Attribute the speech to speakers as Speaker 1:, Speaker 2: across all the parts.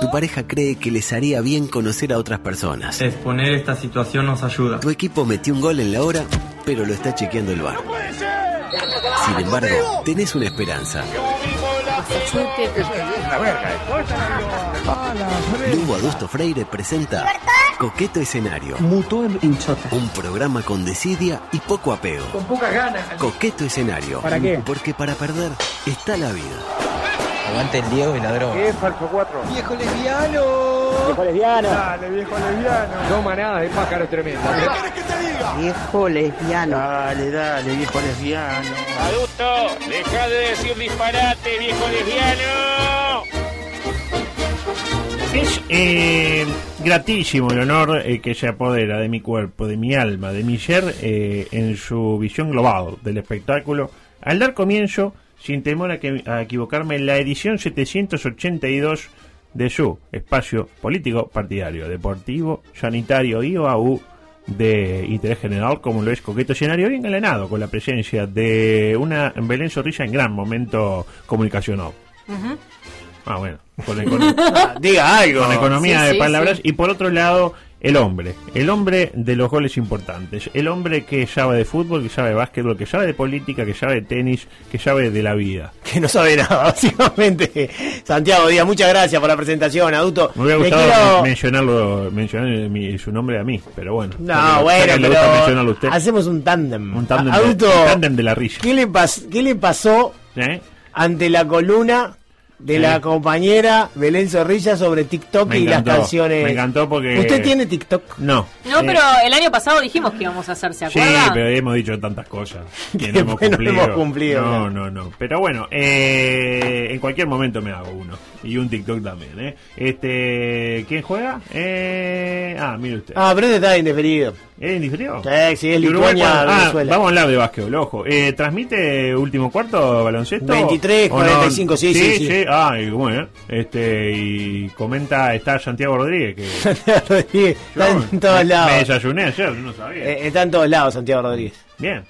Speaker 1: Tu pareja cree que les haría bien conocer a otras personas.
Speaker 2: Exponer esta situación nos ayuda.
Speaker 1: Tu equipo metió un gol en la hora, pero lo está chequeando el bar. Sin embargo, tenés una esperanza. Lugo Adusto Freire presenta Coqueto Escenario.
Speaker 3: Mutó en, en chota.
Speaker 1: Un programa con desidia y poco apego.
Speaker 3: Con pocas ganas.
Speaker 1: Coqueto Escenario.
Speaker 3: ¿Para qué?
Speaker 1: Porque para perder está la vida.
Speaker 4: Aguante el Diego y la droga.
Speaker 5: ¿Qué es Falso 4?
Speaker 6: ¡Viejo lesbiano!
Speaker 5: Viejo lesbiano.
Speaker 6: Dale, viejo lesbiano.
Speaker 4: No manada de pájaros tremenda.
Speaker 3: Viejo lesbiano.
Speaker 5: Dale, dale, viejo lesbiano.
Speaker 7: Adusto, deja de decir disparate, viejo lesbiano.
Speaker 8: Es eh, gratísimo el honor eh, que se apodera de mi cuerpo, de mi alma, de mi ser eh, en su visión global del espectáculo al dar comienzo, sin temor a, que, a equivocarme, la edición 782 de su espacio político, partidario, deportivo, sanitario y OAU de interés general, como lo es Coqueto Escenario, bien engalanado con la presencia de una Belén Zorrilla en gran momento comunicacional. Ah, bueno, con, con,
Speaker 5: Ah, Diga algo.
Speaker 8: con economía
Speaker 9: Sí,
Speaker 8: de
Speaker 9: sí,
Speaker 8: palabras.
Speaker 9: sí.
Speaker 8: Y por otro lado, el hombre. El hombre de los goles importantes. El hombre que sabe de fútbol, que sabe de básquetbol, que sabe de política, que sabe de tenis, que sabe de la vida.
Speaker 5: Que no sabe nada, básicamente. Santiago Díaz, muchas gracias por la presentación, adulto.
Speaker 8: Me hubiera
Speaker 5: Le
Speaker 8: gustado
Speaker 5: quiero-
Speaker 8: mencionarlo, mencionar mi- su nombre a mí, pero bueno.
Speaker 5: No,
Speaker 8: Ya
Speaker 5: bueno,
Speaker 8: que le gusta mencionarlo a usted.
Speaker 5: pero hacemos un tándem.
Speaker 8: Un tándem, de-
Speaker 5: Adulto,
Speaker 8: un tándem de la risa.
Speaker 5: ¿qué le, pas- ¿qué le pasó
Speaker 8: ¿eh?
Speaker 5: ante la columna de
Speaker 8: Sí.
Speaker 5: la compañera Belén Zorrilla sobre TikTok
Speaker 8: Me
Speaker 5: y
Speaker 8: encantó,
Speaker 5: las canciones?
Speaker 8: me encantó porque-
Speaker 5: ¿Usted tiene TikTok?
Speaker 8: No.
Speaker 9: No,
Speaker 8: Eh,
Speaker 9: pero el año pasado dijimos que íbamos a hacer, ¿se
Speaker 8: Sí,
Speaker 9: acuerda?
Speaker 8: pero hemos dicho tantas cosas que no
Speaker 5: Que
Speaker 8: hemos
Speaker 5: bueno,
Speaker 8: cumplido.
Speaker 5: hemos cumplido,
Speaker 8: No,
Speaker 5: claro.
Speaker 8: no, no. Pero bueno, eh, en cualquier momento me hago uno. Y un TikTok también, ¿eh? Este, ¿Quién juega? Eh, ah, mire usted.
Speaker 5: Ah, pero este está indeferido.
Speaker 8: ¿Es indiferido?
Speaker 5: Sí, sí, es
Speaker 8: ¿Y Uruguay
Speaker 5: Lituania,
Speaker 8: cuándo? Ah,
Speaker 5: Venezuela.
Speaker 8: vamos a hablar de básquetbol, ojo. Eh, ¿Transmite último cuarto baloncesto?
Speaker 5: 23,
Speaker 8: ¿O
Speaker 5: 45, sí, sí, sí.
Speaker 8: Ah, y bueno, este, y comenta, está Santiago Rodríguez, que...
Speaker 5: está
Speaker 8: Yo
Speaker 5: en todos
Speaker 8: me- Me
Speaker 5: lados.
Speaker 8: desayuné ayer, no sabía.
Speaker 5: Eh, Está en todos lados, Santiago Rodríguez.
Speaker 8: Bien.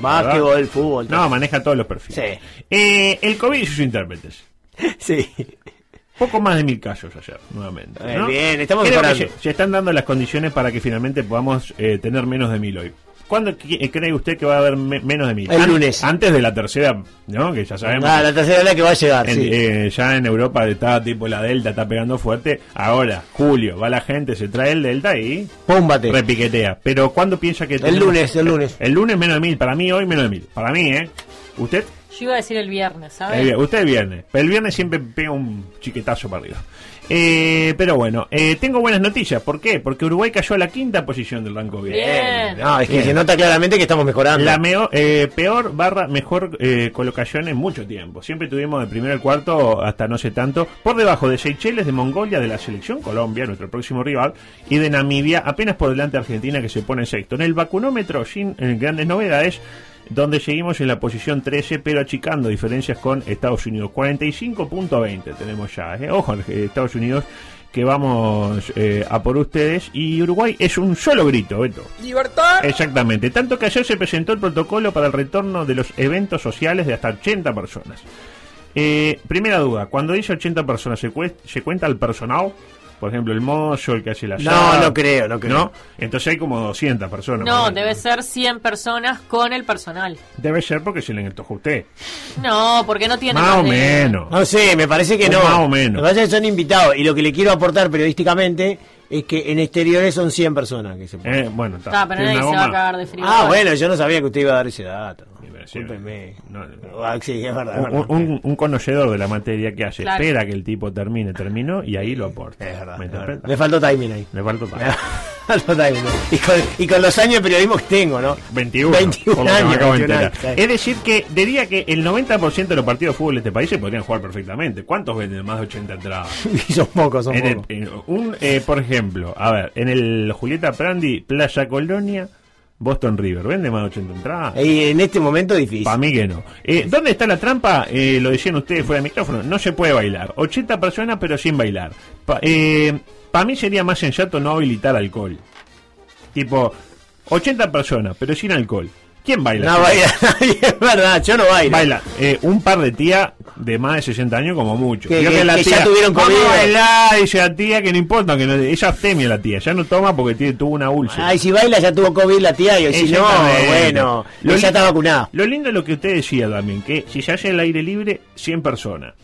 Speaker 5: Básquetbol, fútbol.
Speaker 8: No, maneja todos los perfiles. Eh, el COVID y sus intérpretes.
Speaker 5: Sí.
Speaker 8: Poco más de mil casos ayer, nuevamente.
Speaker 5: Eh,
Speaker 8: ¿no?
Speaker 5: bien, estamos
Speaker 8: Creo que
Speaker 5: mejorando.
Speaker 8: se, se están dando las condiciones para que finalmente podamos eh, tener menos de mil hoy. ¿Cuándo qui- eh, cree usted que va a haber me- menos de mil?
Speaker 5: El lunes.
Speaker 8: Antes de la tercera, ¿no? Que ya sabemos.
Speaker 5: Ah, la tercera ola que va a llegar.
Speaker 8: En-
Speaker 5: sí.
Speaker 8: eh, ya en Europa está tipo la Delta, está pegando fuerte. Ahora, julio, va la gente, se trae el Delta y
Speaker 5: Pómbate.
Speaker 8: repiquetea. Pero ¿cuándo piensa que...
Speaker 5: El lunes, el lunes.
Speaker 8: El lunes menos de mil. Para mí hoy menos de mil. Para mí, ¿eh? ¿Usted?
Speaker 9: Yo iba a decir el viernes,
Speaker 8: El
Speaker 9: ¿sabes?
Speaker 8: vier- Eh, usted el viernes. Pero el viernes siempre pega un chiquetazo para arriba. Eh, pero bueno, eh, tengo buenas noticias. ¿Por qué? Porque Uruguay cayó a la quinta posición del Ah, rango
Speaker 9: Bien.
Speaker 5: No, es que
Speaker 8: Bien.
Speaker 5: se nota claramente que estamos mejorando.
Speaker 8: La meo- eh, peor barra mejor eh, colocación en mucho tiempo. Siempre tuvimos de primero al cuarto hasta no sé tanto. Por debajo de Seychelles, de Mongolia, de la selección Colombia, nuestro próximo rival, y de Namibia, apenas por delante de Argentina que se pone sexto. En el vacunómetro, sin eh, grandes novedades, donde seguimos en la posición 13, pero achicando diferencias con Estados Unidos. 45.20 tenemos ya. eh. Ojo, eh, Estados Unidos, que vamos eh, a por ustedes. Y Uruguay es un solo grito, Beto.
Speaker 6: ¡Libertad!
Speaker 8: Exactamente, tanto que ayer se presentó el protocolo para el retorno de los eventos sociales de hasta 80 personas. Eh, primera duda, cuando dice 80 personas, ¿se, cues- se cuenta el personal? Por ejemplo, el mozo, el que hace la
Speaker 5: No, no creo, no creo.
Speaker 8: Entonces hay como 200 personas.
Speaker 9: No,
Speaker 8: Bueno,
Speaker 9: debe ser 100 personas con el personal.
Speaker 8: Debe ser porque se le antojó a usted.
Speaker 9: No, porque no tiene
Speaker 8: Más o
Speaker 9: de-
Speaker 8: menos.
Speaker 5: No sé, me parece que
Speaker 8: Un
Speaker 5: no.
Speaker 8: más o menos.
Speaker 5: Lo que pasa es que son invitados. Y lo que le quiero aportar periodísticamente es que en exteriores son 100 personas que se ponen.
Speaker 8: Eh, bueno, está.
Speaker 9: Está, Ah, pero
Speaker 8: Tiene
Speaker 9: nadie
Speaker 8: una
Speaker 9: se va a
Speaker 8: goma.
Speaker 9: cagar de frío.
Speaker 5: ah, bueno, yo no sabía que usted iba a dar ese dato.
Speaker 8: Sí, pero sí, eh,
Speaker 5: Discúlpeme.
Speaker 8: no, no.
Speaker 5: Ah, sí, es verdad. es
Speaker 8: Un,
Speaker 5: verdad.
Speaker 8: un- un conocedor de la materia que hace,
Speaker 9: Claro.
Speaker 8: espera que el tipo termine, terminó y ahí lo aporta.
Speaker 5: Es verdad,
Speaker 8: ¿Me
Speaker 5: es verdad.
Speaker 8: interpreta?
Speaker 5: Le faltó timing ahí.
Speaker 8: Le faltó para.
Speaker 5: a los dimes. Y con, y con los años de periodismo que tengo, ¿no?
Speaker 8: 21,
Speaker 5: 21
Speaker 8: por lo que me
Speaker 5: años,
Speaker 8: acabo de
Speaker 5: 21
Speaker 8: enterar.
Speaker 5: años, sí.
Speaker 8: Es decir, que diría que el 90% de los partidos de fútbol de este país se podrían jugar perfectamente. ¿Cuántos venden más de 80 entradas?
Speaker 5: Y son pocos, son
Speaker 8: En el-
Speaker 5: pocos.
Speaker 8: en un, eh, por ejemplo, a ver, en el Julieta Prandi, Playa Colonia, Boston River, ¿vende más de 80 entradas?
Speaker 5: Y en este momento difícil.
Speaker 8: Para mí que no. Eh, ¿Dónde está la trampa? Eh, lo decían ustedes fuera de micrófono. No se puede bailar. 80 personas, pero sin bailar. Para mí sería más sensato no habilitar alcohol. Tipo, 80 personas, pero sin alcohol. ¿Quién baila?
Speaker 5: No baila nadie, es verdad, yo no bailo.
Speaker 8: Baila eh, un par de tías de más de 60 años como mucho.
Speaker 5: Que-
Speaker 8: Creo
Speaker 5: que- que ya tuvieron
Speaker 8: "Vamos
Speaker 5: comida".
Speaker 8: a bailar", dice la tía que no importa, que no, ella abstemia la tía, ya no toma porque tiene, tuvo una úlcera.
Speaker 5: Ay, si baila ya tuvo COVID la tía y hoy si no,
Speaker 8: Exactamente.
Speaker 5: bueno,
Speaker 8: Lo
Speaker 5: ella
Speaker 8: li-
Speaker 5: está vacunada.
Speaker 8: Lo lindo es lo que usted decía también, que si se hace el aire libre, 100 personas.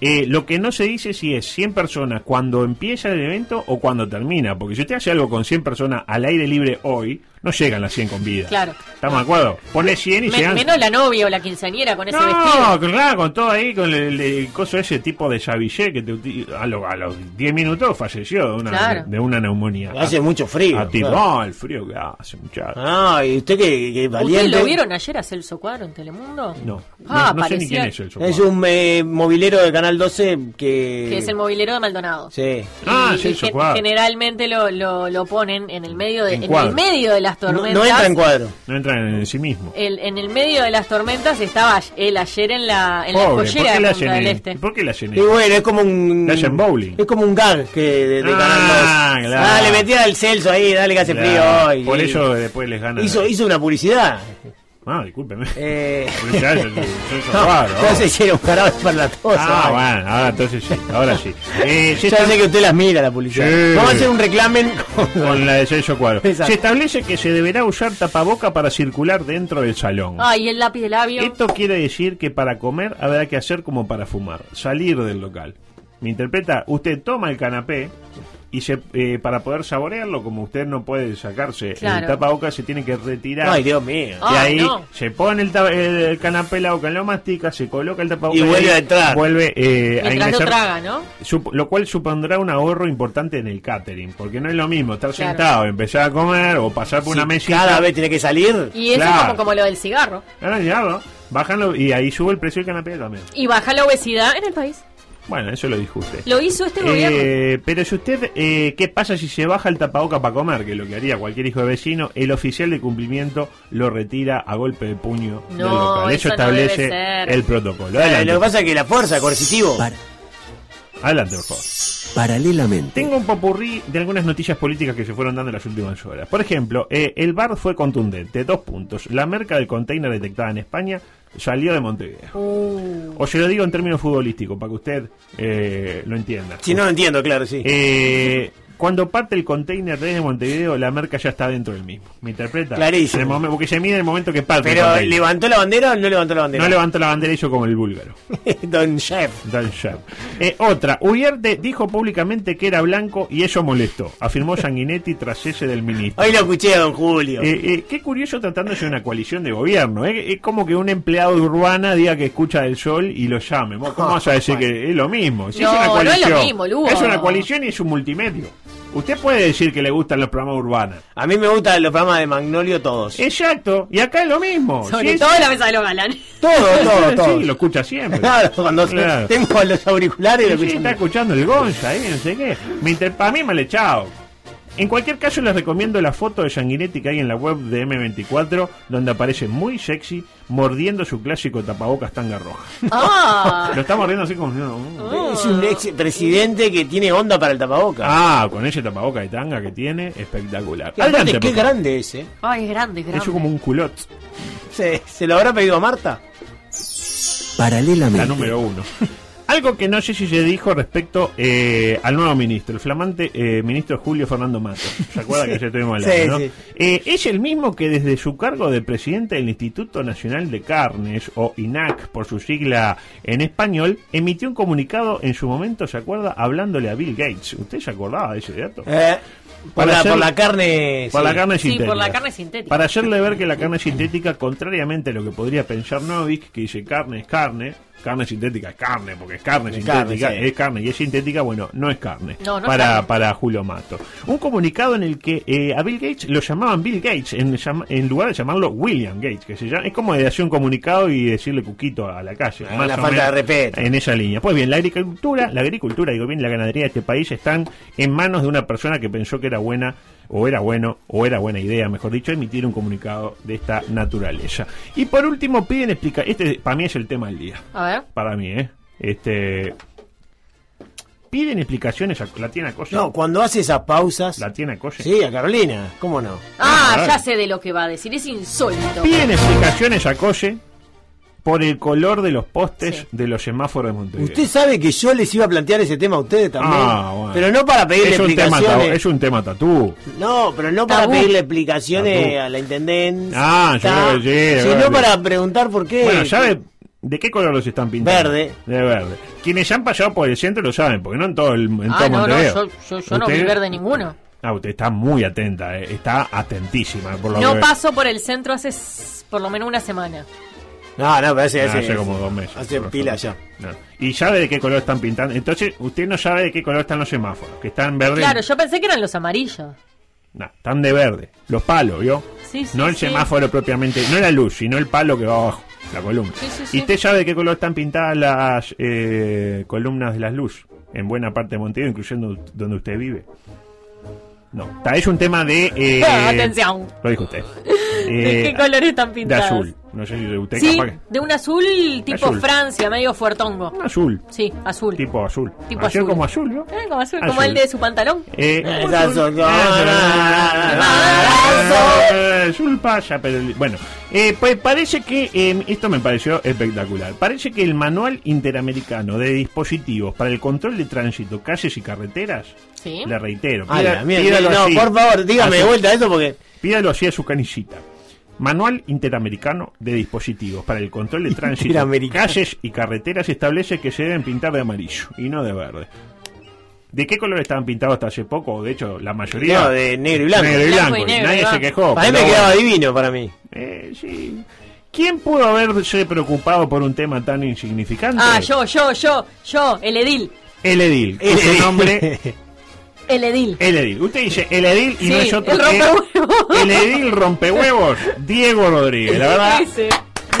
Speaker 8: Eh, lo que no se dice si es 100 personas cuando empieza el evento o cuando termina, porque si usted hace algo con 100 personas al aire libre hoy, no llegan las 100 con vida.
Speaker 9: Claro.
Speaker 8: ¿Estamos de acuerdo? Pone 100 y
Speaker 9: Me-
Speaker 8: llegan.
Speaker 9: menos la novia o la quinceañera con ese
Speaker 8: No,
Speaker 9: vestido.
Speaker 8: claro, con todo ahí, con el, el coso ese tipo de Savillé que te uti- a, lo- a los 10 minutos falleció de una,
Speaker 9: Claro.
Speaker 8: de una neumonía.
Speaker 5: Hace mucho frío.
Speaker 8: A ti,
Speaker 5: claro.
Speaker 8: no, el frío que hace, muchacho.
Speaker 5: Ah, y usted que, que
Speaker 9: ¿Ustedes
Speaker 5: valiente.
Speaker 9: lo vieron ayer a Celso Cuadro en Telemundo?
Speaker 8: No,
Speaker 9: Ah,
Speaker 8: no, no sé ni
Speaker 9: parecía
Speaker 8: quién es el Socuadro.
Speaker 5: Es un eh, movilero de Canal 12 que...
Speaker 9: Que es el movilero de Maldonado.
Speaker 5: Sí.
Speaker 8: Ah,
Speaker 9: Y- y
Speaker 8: Celso
Speaker 9: gen-
Speaker 8: Cuadro.
Speaker 9: Generalmente lo, lo, lo ponen en el medio de,
Speaker 8: En
Speaker 9: en,
Speaker 8: cuadro.
Speaker 9: el medio de las
Speaker 5: No, no
Speaker 9: tormentas.
Speaker 5: entra en cuadro.
Speaker 8: No entra en sí mismo.
Speaker 9: El- en el medio de las tormentas estaba él ayer en la, en la
Speaker 8: Pobre, ¿por
Speaker 9: joyera
Speaker 8: qué
Speaker 9: de
Speaker 8: la
Speaker 9: Punta del
Speaker 8: llené?
Speaker 9: Este.
Speaker 8: ¿Por qué la llené?
Speaker 5: Y bueno, es como un...
Speaker 8: Le hacen bowling.
Speaker 5: Es como un gag que de, de
Speaker 8: Ah,
Speaker 5: Canal 12.
Speaker 8: claro.
Speaker 5: Dale, metí al Celso ahí, dale que hace
Speaker 8: Claro,
Speaker 5: frío hoy.
Speaker 8: Por
Speaker 5: Y-
Speaker 8: eso después les gana.
Speaker 5: Hizo, hizo una publicidad.
Speaker 8: Ah, discúlpeme.
Speaker 5: Eh...
Speaker 8: Ya, yo- yo- yo- yo- raro.
Speaker 5: Entonces hicieron jarabe para la tos.
Speaker 8: Ah,
Speaker 5: ay.
Speaker 8: bueno, ahora entonces sí, ahora sí. Eh, se
Speaker 5: Ya
Speaker 8: estab-
Speaker 5: sé que usted las mira, la publicidad.
Speaker 8: Sí.
Speaker 5: Vamos a hacer un reclamen con-
Speaker 8: Con la de Celso Cuadro.
Speaker 5: Exacto.
Speaker 8: Se establece que se deberá usar tapaboca para circular dentro del salón.
Speaker 9: Ah, y el lápiz de labio.
Speaker 8: Esto quiere decir que para comer habrá que hacer como para fumar, salir del local. ¿Me interpreta? Usted toma el canapé y se, eh, para poder saborearlo, como usted no puede sacarse el
Speaker 9: Claro.
Speaker 8: tapabocas, se tiene que retirar.
Speaker 5: Ay, Dios mío.
Speaker 8: Y
Speaker 9: Ay,
Speaker 8: ahí
Speaker 9: no.
Speaker 8: se pone el, ta- el canapé, la boca, lo mastica, se coloca el tapabocas
Speaker 5: Y vuelve
Speaker 8: ahí
Speaker 5: a entrar.
Speaker 8: Vuelve eh, a
Speaker 9: Mientras lo
Speaker 8: ingresar.
Speaker 9: traga, ¿no?
Speaker 8: Sup- lo cual supondrá un ahorro importante en el catering, porque no es lo mismo estar
Speaker 9: Claro.
Speaker 8: sentado, empezar a comer o pasar por una
Speaker 5: Si
Speaker 8: mesita.
Speaker 5: Cada vez tiene que salir.
Speaker 9: Y eso
Speaker 8: Claro.
Speaker 9: es como, como lo del cigarro.
Speaker 8: Ahora ya, ¿no? Bájalo y ahí sube el precio del canapé también.
Speaker 9: Y baja la obesidad en el país.
Speaker 8: Bueno, eso lo dijo usted.
Speaker 9: Lo hizo este gobierno.
Speaker 8: Eh, pero si usted, eh, ¿qué pasa si se baja el tapaboca para comer? Que es lo que haría cualquier hijo de vecino, el oficial de cumplimiento lo retira a golpe de puño del
Speaker 9: No,
Speaker 8: local. Eso,
Speaker 9: eso no
Speaker 8: establece
Speaker 9: debe ser.
Speaker 8: el protocolo.
Speaker 5: Eh,
Speaker 8: Adelante,
Speaker 5: Lo que pasa es que la fuerza, coercitivo.
Speaker 1: Par-
Speaker 8: adelante, por favor.
Speaker 1: paralelamente.
Speaker 8: Tengo un popurrí de algunas noticias políticas que se fueron dando en las últimas horas. Por ejemplo, eh, el bar fue contundente. Dos puntos. La merca del container detectada en España salió de Montevideo.
Speaker 5: Uh.
Speaker 8: O se lo digo en términos futbolísticos, para que usted eh, lo entienda.
Speaker 5: Si no lo entiendo, claro, sí.
Speaker 8: Eh, cuando parte el container desde Montevideo, la marca ya está dentro del mismo. ¿Me interpreta?
Speaker 5: Clarísimo.
Speaker 8: En el momen- porque se mide en el momento que parte. el
Speaker 5: Pero
Speaker 8: container.
Speaker 5: ¿levantó la bandera o no levantó la bandera?
Speaker 8: no levanta la bandera hizo como el búlgaro.
Speaker 5: Don Chef.
Speaker 8: Dan Sharp. Eh, otra, Uriarte dijo públicamente que era blanco y eso molestó, afirmó Sanguinetti tras cese del ministro.
Speaker 5: Hoy lo escuché a don Julio.
Speaker 8: Eh, eh, qué curioso tratándose de una coalición de gobierno. eh. Es como que un empleado de Urbana diga que escucha el sol y lo llame. ¿Vos ¿Cómo vas a decir que es lo mismo? Si es
Speaker 9: No,
Speaker 8: una
Speaker 9: no es lo
Speaker 8: coalición.
Speaker 9: mismo, Lugo.
Speaker 8: Es una coalición y es un multimedio. Usted puede decir que le gustan los programas urbanos.
Speaker 5: A mí me gustan los programas de Magnolio todos.
Speaker 8: Eh, Exacto, y acá es lo mismo.
Speaker 9: Sobre
Speaker 8: Sí,
Speaker 9: todo
Speaker 8: sí.
Speaker 9: la mesa de los galanes.
Speaker 5: Todo, todo, todo.
Speaker 8: Sí, lo escucha siempre.
Speaker 5: Claro, cuando se-
Speaker 8: Claro.
Speaker 5: tengo los auriculares lo
Speaker 8: Sí,
Speaker 5: escucho.
Speaker 8: está escuchando el Gonza, eh, no sé qué. Me inter- Para mí mal echado. En cualquier caso les recomiendo la foto de Sanguinetti que hay en la web de M24, donde aparece muy sexy mordiendo su clásico tapabocas tanga roja.
Speaker 9: Ah,
Speaker 8: Lo está mordiendo así como... "Mm".
Speaker 5: Es un ex presidente que tiene onda para el tapaboca.
Speaker 8: Ah, con ese tapabocas de tanga que tiene, espectacular.
Speaker 5: Que aparte,
Speaker 8: Adelante,
Speaker 5: qué
Speaker 8: por favor.
Speaker 5: grande es, ¿eh?
Speaker 9: ay, es grande, es grande.
Speaker 8: Eso como un culot,
Speaker 5: ¿Se, se lo habrá pedido a Marta?
Speaker 8: la
Speaker 1: Paralelamente.
Speaker 8: número uno. Algo que no sé si se dijo respecto eh, al nuevo ministro, el flamante eh, ministro Julio Fernando Matos. ¿Se acuerda que ya estuvimos hablando?
Speaker 5: Sí,
Speaker 8: ¿no?
Speaker 5: sí.
Speaker 8: Eh, es el mismo que desde su cargo de presidente del Instituto Nacional de Carnes, o INAC por su sigla en español, emitió un comunicado en su momento, ¿se acuerda? Hablándole a Bill Gates. ¿Usted se acordaba de ese dato?
Speaker 5: Eh, por,
Speaker 8: Para
Speaker 5: la,
Speaker 8: hacer-
Speaker 5: por la carne.
Speaker 8: Por
Speaker 5: sí.
Speaker 8: la carne
Speaker 9: Sí,
Speaker 8: sintética.
Speaker 9: por la carne sintética.
Speaker 8: Para hacerle ver que la carne sintética, contrariamente a lo que podría pensar Novik, que dice carne es carne, carne sintética es carne, porque es carne
Speaker 5: Es
Speaker 8: sintética,
Speaker 5: carne, sí.
Speaker 8: es carne y es sintética, bueno, no es carne.
Speaker 9: No, no es
Speaker 8: para,
Speaker 9: carne.
Speaker 8: para Julio Mato. Un comunicado en el que eh, a Bill Gates lo llamaban Bill Gates en, llama- en lugar de llamarlo William Gates, que se llama, es como de hacer un comunicado y decirle cuquito a la calle.
Speaker 5: Ah, la falta de respeto.
Speaker 8: En esa línea. Pues bien, la agricultura, la agricultura, digo bien, la ganadería de este país están en manos de una persona que pensó que era buena, o era bueno, o era buena idea, mejor dicho, emitir un comunicado de esta naturaleza. Y por último, piden explicar. Este para mí es el tema del día.
Speaker 9: A ver.
Speaker 8: Para mí, ¿eh? Este. Piden explicaciones a la tiene cosa.
Speaker 5: No, cuando hace esas pausas.
Speaker 8: la tiene cosa.
Speaker 5: Sí, a Carolina, ¿cómo no?
Speaker 9: Ah,
Speaker 8: claro.
Speaker 9: ya sé de lo que va a decir. Es insólito.
Speaker 8: Piden explicaciones a Colle por el color de los postes
Speaker 9: Sí.
Speaker 8: de los semáforos de Montevideo.
Speaker 5: Usted sabe que yo les iba a plantear ese tema a ustedes también.
Speaker 8: Ah, bueno.
Speaker 5: Pero no para pedirle
Speaker 8: es un, tema,
Speaker 5: explicaciones.
Speaker 8: tabú- es un tema tatú.
Speaker 5: No, pero no para
Speaker 9: Tabú.
Speaker 5: pedirle explicaciones
Speaker 8: Tabú.
Speaker 5: a la intendencia.
Speaker 8: Ah, yo creo que sí,
Speaker 5: Sino
Speaker 8: vale.
Speaker 5: para preguntar por qué.
Speaker 8: Bueno, ¿sabe de qué color los están pintando?
Speaker 5: Verde.
Speaker 8: De verde. Quienes ya han pasado por el centro lo saben, porque no en todo el en
Speaker 9: Ah, no,
Speaker 8: todo
Speaker 9: no,
Speaker 8: Montevideo.
Speaker 9: yo, yo, yo no
Speaker 8: Usted-
Speaker 9: vi verde ninguno.
Speaker 8: Ah, usted está muy atenta, eh, está atentísima por lo que Ah,
Speaker 9: No
Speaker 8: veo.
Speaker 9: paso por el centro hace s- por lo menos una semana.
Speaker 5: No, no, pero hace,
Speaker 8: Ah,
Speaker 5: hace-
Speaker 8: hace como dos meses.
Speaker 5: Hace
Speaker 8: Por
Speaker 5: pila ya.
Speaker 8: ejemplo. No. Y sabe de qué color están pintando. Entonces, usted no sabe de qué color están los semáforos, que están verde.
Speaker 9: Claro, yo pensé que eran los amarillos.
Speaker 8: No, están de verde. Los palos, ¿vio?
Speaker 9: Sí, sí,
Speaker 8: no el
Speaker 9: sí.
Speaker 8: semáforo propiamente, no la luz, sino el palo que va abajo, la columna.
Speaker 9: Sí, sí,
Speaker 8: ¿Y
Speaker 9: sí.
Speaker 8: usted sabe de qué color están pintadas las eh, columnas de las luces? En buena parte de Montevideo, incluyendo donde usted vive. No, está, es un tema de... eh,
Speaker 9: Atención.
Speaker 8: Lo dijo usted.
Speaker 9: ¿De
Speaker 8: Eh,
Speaker 9: qué colores están
Speaker 8: De
Speaker 9: pintadas?
Speaker 8: azul. No sé si usted
Speaker 9: Sí,
Speaker 8: capaz que...
Speaker 9: de un azul tipo
Speaker 8: Azul.
Speaker 9: Francia, medio fuertongo.
Speaker 8: Un azul.
Speaker 9: Sí, azul.
Speaker 8: Tipo azul.
Speaker 9: Tipo
Speaker 8: Ayer
Speaker 9: azul.
Speaker 8: como azul, ¿no?
Speaker 9: Eh, como azul, como el de su pantalón.
Speaker 8: Eh,
Speaker 5: Esas son- eh,
Speaker 8: Ah, Zulpa, ya, pero bueno, eh, pues parece que eh, esto me pareció espectacular. Parece que el manual interamericano de dispositivos para el control de tránsito, calles y carreteras,
Speaker 9: Sí.
Speaker 8: le reitero,
Speaker 5: Ah,
Speaker 8: pida-
Speaker 5: la mierda.
Speaker 8: pídalo
Speaker 5: no,
Speaker 8: así.
Speaker 5: por favor, dígame
Speaker 8: Así.
Speaker 5: de vuelta eso porque.
Speaker 8: Pídalo así a su canillita. Manual Interamericano de Dispositivos para el Control de Tránsito,
Speaker 5: Interamericano.
Speaker 8: Calles y Carreteras establece que se deben pintar de amarillo y no de verde. ¿De qué color estaban pintados hasta hace poco? De hecho, la mayoría.
Speaker 5: No, de negro y blanco.
Speaker 8: Negro y
Speaker 9: Blanco y
Speaker 8: blanco, y
Speaker 9: negro,
Speaker 8: nadie
Speaker 9: ahí
Speaker 8: se
Speaker 9: va.
Speaker 8: quejó.
Speaker 5: Para mí me
Speaker 8: pero
Speaker 5: quedaba
Speaker 8: bueno.
Speaker 5: divino para mí.
Speaker 8: Eh, sí. ¿Quién pudo haberse preocupado por un tema tan insignificante?
Speaker 9: Ah, yo, yo, yo, yo, el edil.
Speaker 8: El Edil. con su nombre,
Speaker 9: El edil.
Speaker 8: El Edil. Usted dice el Edil y
Speaker 9: Sí,
Speaker 8: no es otro
Speaker 9: el
Speaker 8: que-
Speaker 9: rompehuevos.
Speaker 8: El Edil rompehuevos, Diego Rodríguez. La verdad,
Speaker 9: Ese.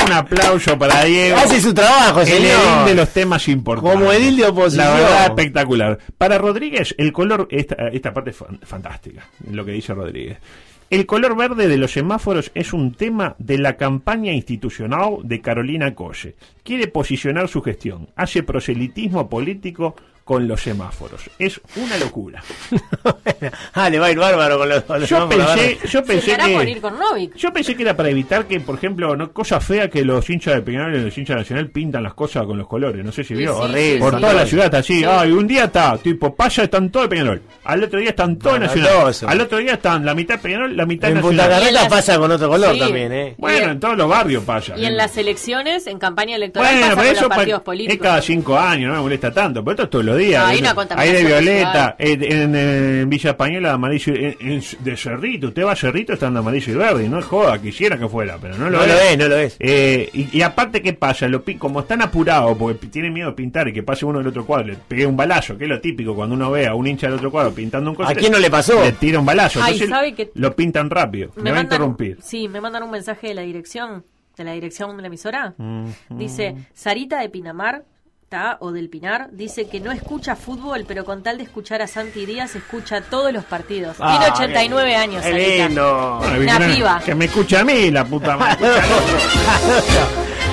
Speaker 8: un aplauso para Diego.
Speaker 5: Hace su trabajo,
Speaker 8: El edil
Speaker 5: señor.
Speaker 8: de los temas importantes.
Speaker 5: Como edil de oposición.
Speaker 8: La verdad, espectacular. Para Rodríguez, el color. Esta, esta parte es fan- fantástica, lo que dice Rodríguez. El color verde de los semáforos es un tema de la campaña institucional de Carolina Colle. Quiere posicionar su gestión. Hace proselitismo político con los semáforos. Es una locura.
Speaker 5: ah, le va a ir bárbaro con los. con los
Speaker 8: Yo
Speaker 5: nombres, la
Speaker 8: pensé,
Speaker 5: verdad.
Speaker 8: yo
Speaker 9: Se
Speaker 8: pensé
Speaker 9: hará por ir
Speaker 8: que.
Speaker 9: con Novik.
Speaker 8: Yo pensé que era para evitar que, por ejemplo, no, cosa fea que los hinchas de Peñarol y los hinchas de Nacional pintan las cosas con los colores. No sé si
Speaker 9: Y
Speaker 8: vio.
Speaker 9: sí,
Speaker 5: horrible.
Speaker 8: Por
Speaker 9: sí,
Speaker 8: toda
Speaker 9: sí.
Speaker 8: la ciudad está así. Ay, un día está, tipo, Paya están todos de Peñarol. Al otro día están todos de Nacional.
Speaker 5: Maravilloso.
Speaker 8: Al otro día están la mitad de Peñarol, la mitad de
Speaker 5: En Punta
Speaker 8: Nacional.
Speaker 9: Y en
Speaker 5: Carreta
Speaker 9: las-
Speaker 5: pasa con otro color
Speaker 9: Sí.
Speaker 5: también, ¿eh?
Speaker 8: Bueno, en todos los barrios Paya.
Speaker 9: Y en las elecciones, en campaña electoral,
Speaker 8: Bueno,
Speaker 9: pasa
Speaker 8: pero
Speaker 9: con
Speaker 8: eso
Speaker 9: los
Speaker 8: pa-
Speaker 9: partidos
Speaker 8: es
Speaker 9: políticos.
Speaker 8: cada cinco años, no me molesta tanto. Pero esto es todos los días.
Speaker 9: No, hay
Speaker 8: Eso-
Speaker 9: una contaminación
Speaker 8: de Violeta, en, en- en Villa Española, de amarillo, y- en- en- de Cerrito. Usted va a Cerrito, están de amarillo y verde. y No es joda, quisiera que fuera, pero no
Speaker 5: No
Speaker 8: lo
Speaker 5: lo
Speaker 8: es.
Speaker 5: es, no lo es.
Speaker 8: Eh, y, y aparte, ¿qué pasa? Lo, pi- como están apurados porque pi- tienen miedo de pintar y que pase uno del otro cuadro, le pegué un balazo, que es lo típico cuando uno ve a un hincha del otro cuadro pintando un coche.
Speaker 5: ¿A quién no le pasó?
Speaker 8: Le tira un balazo.
Speaker 9: Ay,
Speaker 8: Entonces,
Speaker 9: ¿sabe que-
Speaker 8: Lo pintan rápido. Me, va a interrumpir.
Speaker 9: Sí, me mandan un mensaje de la dirección, de la dirección de la emisora. Dice, Sarita de Pinamar, ta, o del Pinar, dice que no escucha fútbol, pero con tal de escuchar a Santi Díaz, escucha todos los partidos.
Speaker 5: Ah,
Speaker 9: Tiene 89
Speaker 5: qué-
Speaker 9: años,
Speaker 5: qué
Speaker 9: Sarita.
Speaker 5: lindo.
Speaker 8: Bueno,
Speaker 9: Una
Speaker 8: bien,
Speaker 9: piba.
Speaker 8: Que me escucha a mí, la puta madre.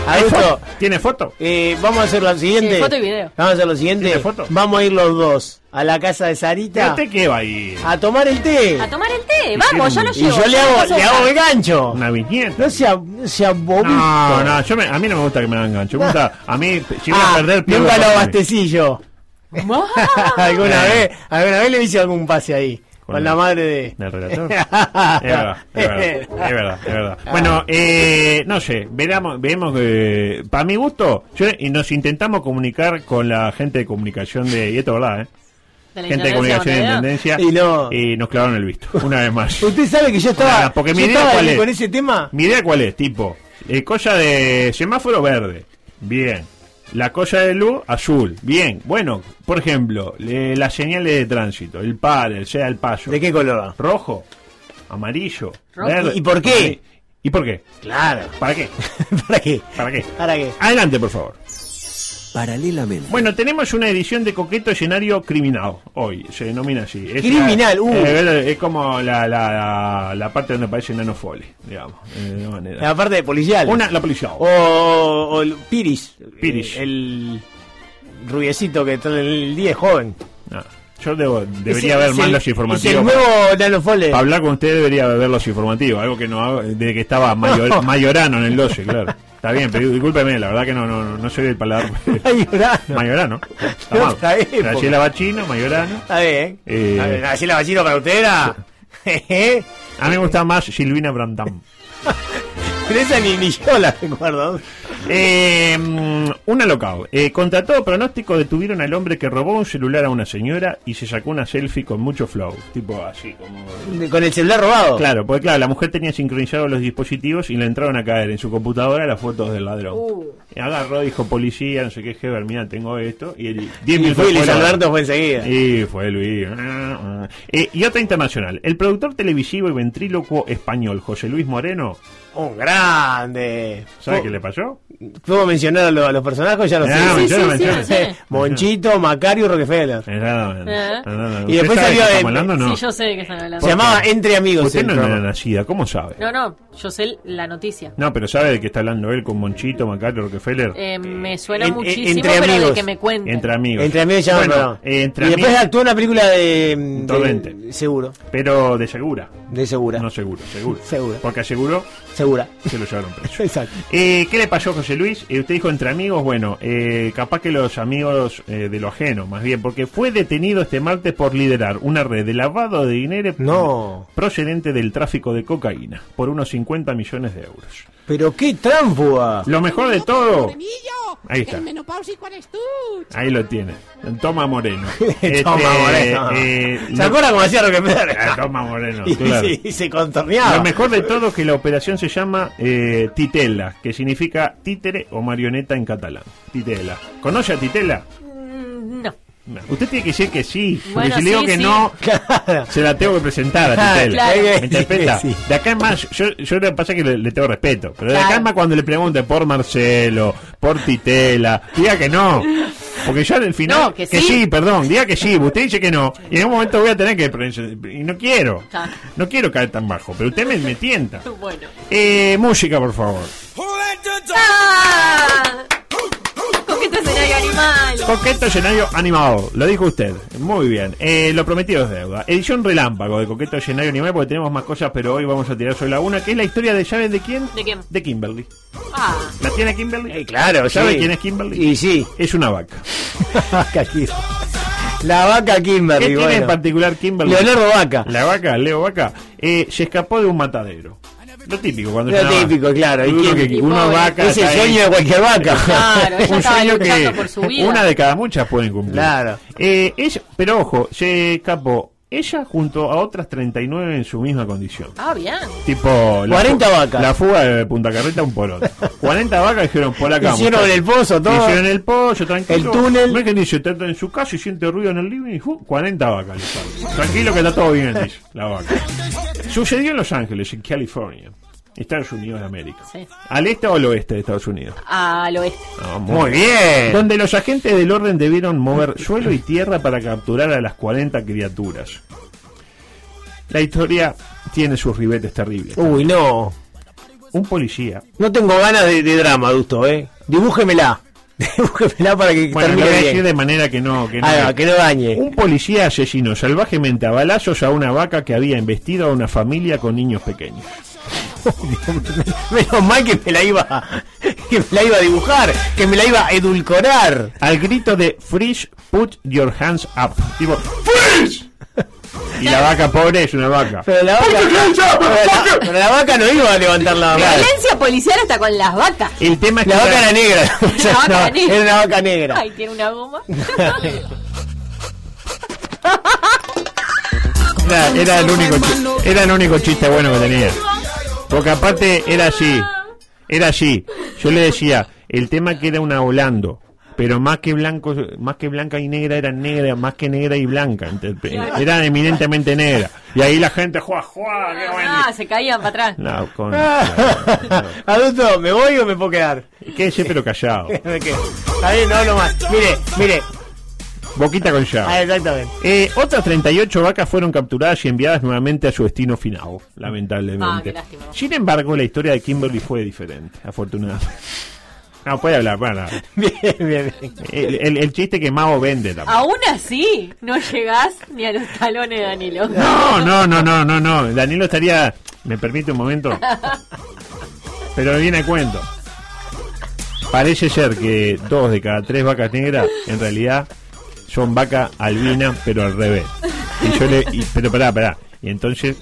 Speaker 8: ¿Hay
Speaker 5: Augusto,
Speaker 8: foto? ¿Tiene foto?
Speaker 5: eh, vamos a hacer lo siguiente.
Speaker 9: Sí, foto y video.
Speaker 5: Vamos a hacer lo siguiente.
Speaker 8: ¿Tiene foto?
Speaker 5: Vamos a ir los dos a la casa de Sarita
Speaker 8: ¿Usted ¿Este qué va a ir?
Speaker 5: a tomar el té.
Speaker 9: A tomar el té, vamos, yo lo
Speaker 8: Y
Speaker 5: Y
Speaker 9: llevo.
Speaker 5: yo le
Speaker 9: lo
Speaker 5: hago,
Speaker 9: paso
Speaker 5: le
Speaker 9: a
Speaker 5: hago
Speaker 9: buscar.
Speaker 5: el gancho.
Speaker 8: ¿Una viñeta?
Speaker 5: No sea, no sea bobito.
Speaker 8: No, no, yo me- a mí no me gusta que me hagan gancho. Me gusta, a mí, si voy a
Speaker 5: Ah,
Speaker 8: perder, pierdo
Speaker 5: nunca lo
Speaker 8: por mí.
Speaker 5: abastecí yo. alguna
Speaker 8: Eh.
Speaker 5: vez, alguna vez le hice algún pase ahí. Con,
Speaker 8: Con
Speaker 5: la
Speaker 8: el-
Speaker 5: madre de.
Speaker 8: ¿Del relator? es verdad, es verdad, es verdad, es verdad.
Speaker 5: Ah.
Speaker 8: Bueno, eh, no sé, veramos, vemos que, para mi gusto, yo- y nos intentamos comunicar con la gente de comunicación de, y esto es verdad, ¿eh?
Speaker 9: De la
Speaker 8: gente de
Speaker 9: Intendencia
Speaker 8: comunicación de
Speaker 9: Montevideo.
Speaker 8: Intendencia,
Speaker 5: Y no.
Speaker 8: nos clavaron el visto, una vez más.
Speaker 5: Usted sabe que yo estaba,
Speaker 8: Nada, porque
Speaker 5: yo
Speaker 8: mi idea
Speaker 5: estaba
Speaker 8: cuál
Speaker 5: ahí
Speaker 8: es.
Speaker 5: con ese tema.
Speaker 8: Mi idea cuál es, tipo, eh, cosa de semáforo verde, bien. La cosa de luz, azul. Bien, bueno, por ejemplo, le- las señales de tránsito, el par, el sea, el paso.
Speaker 5: ¿De qué color va?
Speaker 8: Rojo, amarillo,
Speaker 9: Rojo.
Speaker 8: verde.
Speaker 5: ¿Y por qué?
Speaker 8: ¿Y por qué?
Speaker 5: Claro.
Speaker 8: ¿Para qué?
Speaker 5: ¿Para qué?
Speaker 8: ¿Para qué?
Speaker 5: ¿Para qué?
Speaker 8: Adelante, por favor.
Speaker 1: Paralelamente.
Speaker 8: Bueno, tenemos una edición de coqueto escenario criminal hoy, se denomina así. Es
Speaker 5: Criminal,
Speaker 8: la-
Speaker 5: uh.
Speaker 8: eh, es como la, la, la, la parte donde aparece Nano Fole, digamos, eh, de manera.
Speaker 5: La Oh. parte de policial.
Speaker 8: Una, la policía.
Speaker 5: O, o el Piris.
Speaker 8: Piris.
Speaker 5: Eh, el rubiecito que todo el día es joven.
Speaker 8: Ah, yo debo- debería
Speaker 5: Ese-
Speaker 8: ver
Speaker 5: es
Speaker 8: más
Speaker 5: el-
Speaker 8: los
Speaker 5: es
Speaker 8: informativos.
Speaker 5: El nuevo Nano Fole.
Speaker 8: Para hablar con usted debería ver los informativos, algo que no hago desde que estaba mayor-
Speaker 5: No.
Speaker 8: mayorano en el 12, claro. Está bien, pero discúlpeme, la verdad que no, no, no- no soy del paladar.
Speaker 5: Ay, Urano.
Speaker 8: mayorano.
Speaker 5: De
Speaker 8: Amado.
Speaker 5: otra época.
Speaker 8: Graciela Bachino, mayorano.
Speaker 5: Está bien. Ah,
Speaker 8: Eh.
Speaker 5: A ver, ¿Así la vacilo para usted era? ¿Eh? Jeje.
Speaker 8: A mí me gusta más Silvina Brandam.
Speaker 5: Pero esa ni, ni yo la recuerdo.
Speaker 8: Eh, mm, un alocado. Eh, contra todo pronóstico detuvieron al hombre que robó un celular a una señora y se sacó una selfie con mucho flow. Tipo así, como...
Speaker 5: Con el celular robado.
Speaker 8: Claro, porque claro, la mujer tenía sincronizados los dispositivos y le entraron a caer en su computadora las fotos del ladrón.
Speaker 9: Uh.
Speaker 8: Y agarró, dijo policía, no sé qué, Heber, mira, tengo esto. Y el 10
Speaker 5: Y
Speaker 8: minutos
Speaker 5: fue Luis
Speaker 8: fuera-
Speaker 5: Alberto fue enseguida.
Speaker 8: y fue Luis. Ah, ah. Eh, y otra internacional. El productor televisivo y ventrílocuo español José Luis Moreno,
Speaker 5: Un grande.
Speaker 8: ¿sabe
Speaker 5: Pu-
Speaker 8: qué le pasó?
Speaker 5: ¿Puedo mencionar a, lo- a los personajes? Ya lo
Speaker 8: Ah,
Speaker 5: sé.
Speaker 8: menciona,
Speaker 9: sí,
Speaker 8: menciona.
Speaker 9: sí, sí.
Speaker 5: Monchito, Macario, Rockefeller.
Speaker 8: Exactamente.
Speaker 9: Eh.
Speaker 8: Exactamente.
Speaker 5: Y
Speaker 8: ¿Usted
Speaker 5: después
Speaker 8: sabe de
Speaker 5: salió
Speaker 8: qué
Speaker 5: de-
Speaker 8: estamos hablando o no?
Speaker 9: Sí, yo sé de qué están hablando.
Speaker 5: Se llamaba Entre Amigos.
Speaker 8: Usted
Speaker 5: el
Speaker 8: no
Speaker 5: programa.
Speaker 8: era nacida, ¿cómo sabe?
Speaker 9: No, no, yo sé la noticia.
Speaker 8: No, pero ¿sabe de qué está hablando él con Monchito, Macario, Rockefeller?
Speaker 9: Eh, me suena
Speaker 5: en- en-
Speaker 9: muchísimo,
Speaker 5: entre
Speaker 9: pero
Speaker 5: amigos.
Speaker 9: de que me cuenten.
Speaker 8: Entre amigos.
Speaker 5: Entre Amigos se llama el
Speaker 8: Bueno,
Speaker 5: programa.
Speaker 8: eh, entre
Speaker 5: y después
Speaker 8: amigos,
Speaker 5: actuó en una película de, de-
Speaker 8: Torrente.
Speaker 5: Seguro.
Speaker 8: pero de segura.
Speaker 5: De Segura.
Speaker 8: No seguro, seguro.
Speaker 5: Seguro.
Speaker 8: Porque aseguró,
Speaker 5: Segura.
Speaker 8: se lo llevaron preso.
Speaker 5: Exacto.
Speaker 8: Eh, ¿Qué le pasó a José Luis? Eh, usted dijo entre amigos, bueno, eh, capaz que los amigos eh, de lo ajeno, más bien, porque fue detenido este martes por liderar una red de lavado de dinero
Speaker 5: No.
Speaker 8: procedente del tráfico de cocaína por unos 50 millones de euros.
Speaker 5: Pero qué tránfuga.
Speaker 8: Lo mejor de todo. Ahí está.
Speaker 10: eres tú?
Speaker 8: Ahí lo tiene. Toma Moreno.
Speaker 5: Toma, Moreno.
Speaker 8: Este, eh,
Speaker 5: ¿Se
Speaker 8: lo-
Speaker 5: acuerda cómo hacía Rockefeller?
Speaker 8: Ah, Toma Moreno.
Speaker 5: y,
Speaker 8: claro.
Speaker 5: se- y se contorneaba.
Speaker 8: Lo mejor de todo es que la operación se llama eh, Titela, que significa títere o marioneta en catalán. Titela. ¿Conoce a Titela?
Speaker 9: Mm, No.
Speaker 8: No. Usted tiene que decir que sí. Porque
Speaker 9: Bueno,
Speaker 8: si le digo
Speaker 9: sí,
Speaker 8: que
Speaker 9: sí.
Speaker 8: no,
Speaker 5: Claro.
Speaker 8: se la tengo que presentar a
Speaker 5: Ah,
Speaker 8: Titela.
Speaker 9: claro.
Speaker 8: ¿Me interpreta?
Speaker 5: Sí, sí.
Speaker 8: De acá en más, yo, yo le pasa que le, le tengo respeto. Pero de acá en
Speaker 9: Claro.
Speaker 8: más, cuando le pregunte por Marcelo, por Titela, diga que no. Porque ya al final.
Speaker 9: No, que sí.
Speaker 8: perdón, diga que sí. Usted dice que no. Y en un momento voy a tener que. pre- Y no quiero.
Speaker 9: Claro.
Speaker 8: No quiero caer tan bajo. Pero usted me, me tienta.
Speaker 9: Bueno.
Speaker 8: Eh, música, por favor.
Speaker 9: ¡Ah! Coqueto escenario animal.
Speaker 8: Coqueto escenario animado, lo dijo usted. Muy bien. Eh, lo prometido es deuda. Edición relámpago de Coqueto escenario animado, porque tenemos más cosas, pero hoy vamos a tirar sobre la una, que es la historia de llaves de quién?
Speaker 9: ¿De quién?
Speaker 8: De Kimberly.
Speaker 9: Ah,
Speaker 8: ¿La tiene Kimberly?
Speaker 5: Eh, claro,
Speaker 8: ¿Sabe
Speaker 5: sí.
Speaker 8: quién es Kimberly?
Speaker 5: Y sí.
Speaker 8: Es una vaca.
Speaker 5: Vaca Kimberly. La vaca
Speaker 8: ¿Qué
Speaker 5: Kimberly.
Speaker 8: tiene
Speaker 5: bueno.
Speaker 8: en particular Kimberly?
Speaker 5: Leonardo Vaca.
Speaker 8: La vaca, Leo Vaca, eh, se escapó de un matadero. Lo típico cuando
Speaker 5: Lo
Speaker 8: es una vaca.
Speaker 5: típico, claro. ¿Y
Speaker 8: Uno,
Speaker 5: quién?
Speaker 8: que, uno
Speaker 9: pobre.
Speaker 8: vaca.
Speaker 5: Es el
Speaker 8: está ahí. Ah,
Speaker 5: sueño de cualquier vaca.
Speaker 9: Claro, ella
Speaker 8: un
Speaker 9: estaba
Speaker 8: sueño
Speaker 9: luchando
Speaker 8: que
Speaker 9: por su vida.
Speaker 8: una de cada muchas pueden cumplir.
Speaker 5: Claro.
Speaker 8: Eh, es, pero ojo, se escapó ella junto a otras 39 en su misma condición.
Speaker 9: ah, bien.
Speaker 8: Tipo. la
Speaker 5: 40
Speaker 8: fu-
Speaker 5: vacas.
Speaker 8: La fuga de Punta Carreta, un poroto. 40 vacas dijeron por acá.
Speaker 5: Hicieron
Speaker 8: muchachos.
Speaker 5: el pozo, todo.
Speaker 8: Hicieron el pozo, tranquilo.
Speaker 5: El túnel.
Speaker 8: No es que dice, está en su casa y siente ruido en el living y ¡fu! 40 vacas le salen. Tranquilo que está todo bien, dice la vaca. Sucedió en Los Ángeles, en California. Estados Unidos de América.
Speaker 9: Sí.
Speaker 8: ¿Al este o al oeste de Estados Unidos?
Speaker 9: Al oeste.
Speaker 8: Ah,
Speaker 5: Muy bien.
Speaker 8: Donde los agentes del orden debieron mover suelo y tierra para capturar a las 40 criaturas. La historia tiene sus ribetes terribles.
Speaker 5: Uy, no.
Speaker 8: Un policía.
Speaker 5: No tengo ganas de, de drama, Dusto, ¿eh? Dibújemela. Dibújemela para que
Speaker 8: Bueno, lo voy a
Speaker 5: termine
Speaker 8: decir
Speaker 5: bien.
Speaker 8: de manera que no. Que no,
Speaker 5: Ah, no, que no dañe.
Speaker 8: Un policía asesinó salvajemente a balazos a una vaca que había embestido a una familia con niños pequeños.
Speaker 5: Menos mal que me la iba que me la iba a dibujar, que me la iba a edulcorar.
Speaker 8: Al grito de Freeze, put your hands up. Tipo, ¡Freeze! Y la vaca pobre es una vaca.
Speaker 5: Pero la vaca, pero la, pero la vaca no iba a levantar la mano.
Speaker 9: Violencia policial está con las vacas.
Speaker 8: El tema es
Speaker 5: La
Speaker 8: que
Speaker 5: vaca era negra. O sea,
Speaker 9: vaca
Speaker 5: no,
Speaker 9: era negra.
Speaker 5: Era una vaca negra.
Speaker 9: Ay, tiene una goma.
Speaker 8: Era, era el único chi- era el único chiste bueno que tenía. Porque aparte era así. Era así. Yo le decía, el tema que era una volando. pero más que blanco, más que blanca y negra era negra, más que negra y blanca, ente- era eminentemente negra. Y ahí la gente, ¡juá, juá! qué buen
Speaker 9: Ah, se caían para atrás.
Speaker 8: No, con...
Speaker 5: Ah, Adulto, ¿me voy o me puedo quedar?
Speaker 8: Quédese pero callado.
Speaker 5: ¿De qué? Está bien, no hablo más. Mire, mire.
Speaker 8: Boquita con llave.
Speaker 5: Ah, exactamente.
Speaker 8: Eh, otras 38 vacas fueron capturadas y enviadas nuevamente a su destino final,
Speaker 9: Ah,
Speaker 8: lamentablemente.
Speaker 9: qué lástima.
Speaker 8: Sin embargo, la historia de Kimberly fue diferente, afortunadamente. No, puede hablar, bueno.
Speaker 5: Bien, bien, bien.
Speaker 8: El, el- el chiste que Mao vende también.
Speaker 9: Aún así, no llegás ni a los talones de Danilo.
Speaker 8: No, no, no, no, no, no. Danilo estaría. ¿Me permite un momento? Pero me viene a cuento. Parece ser que dos de cada tres vacas negras en realidad son vacas albinas, pero al revés. Y yo le. y- pero pará, pará. Y entonces,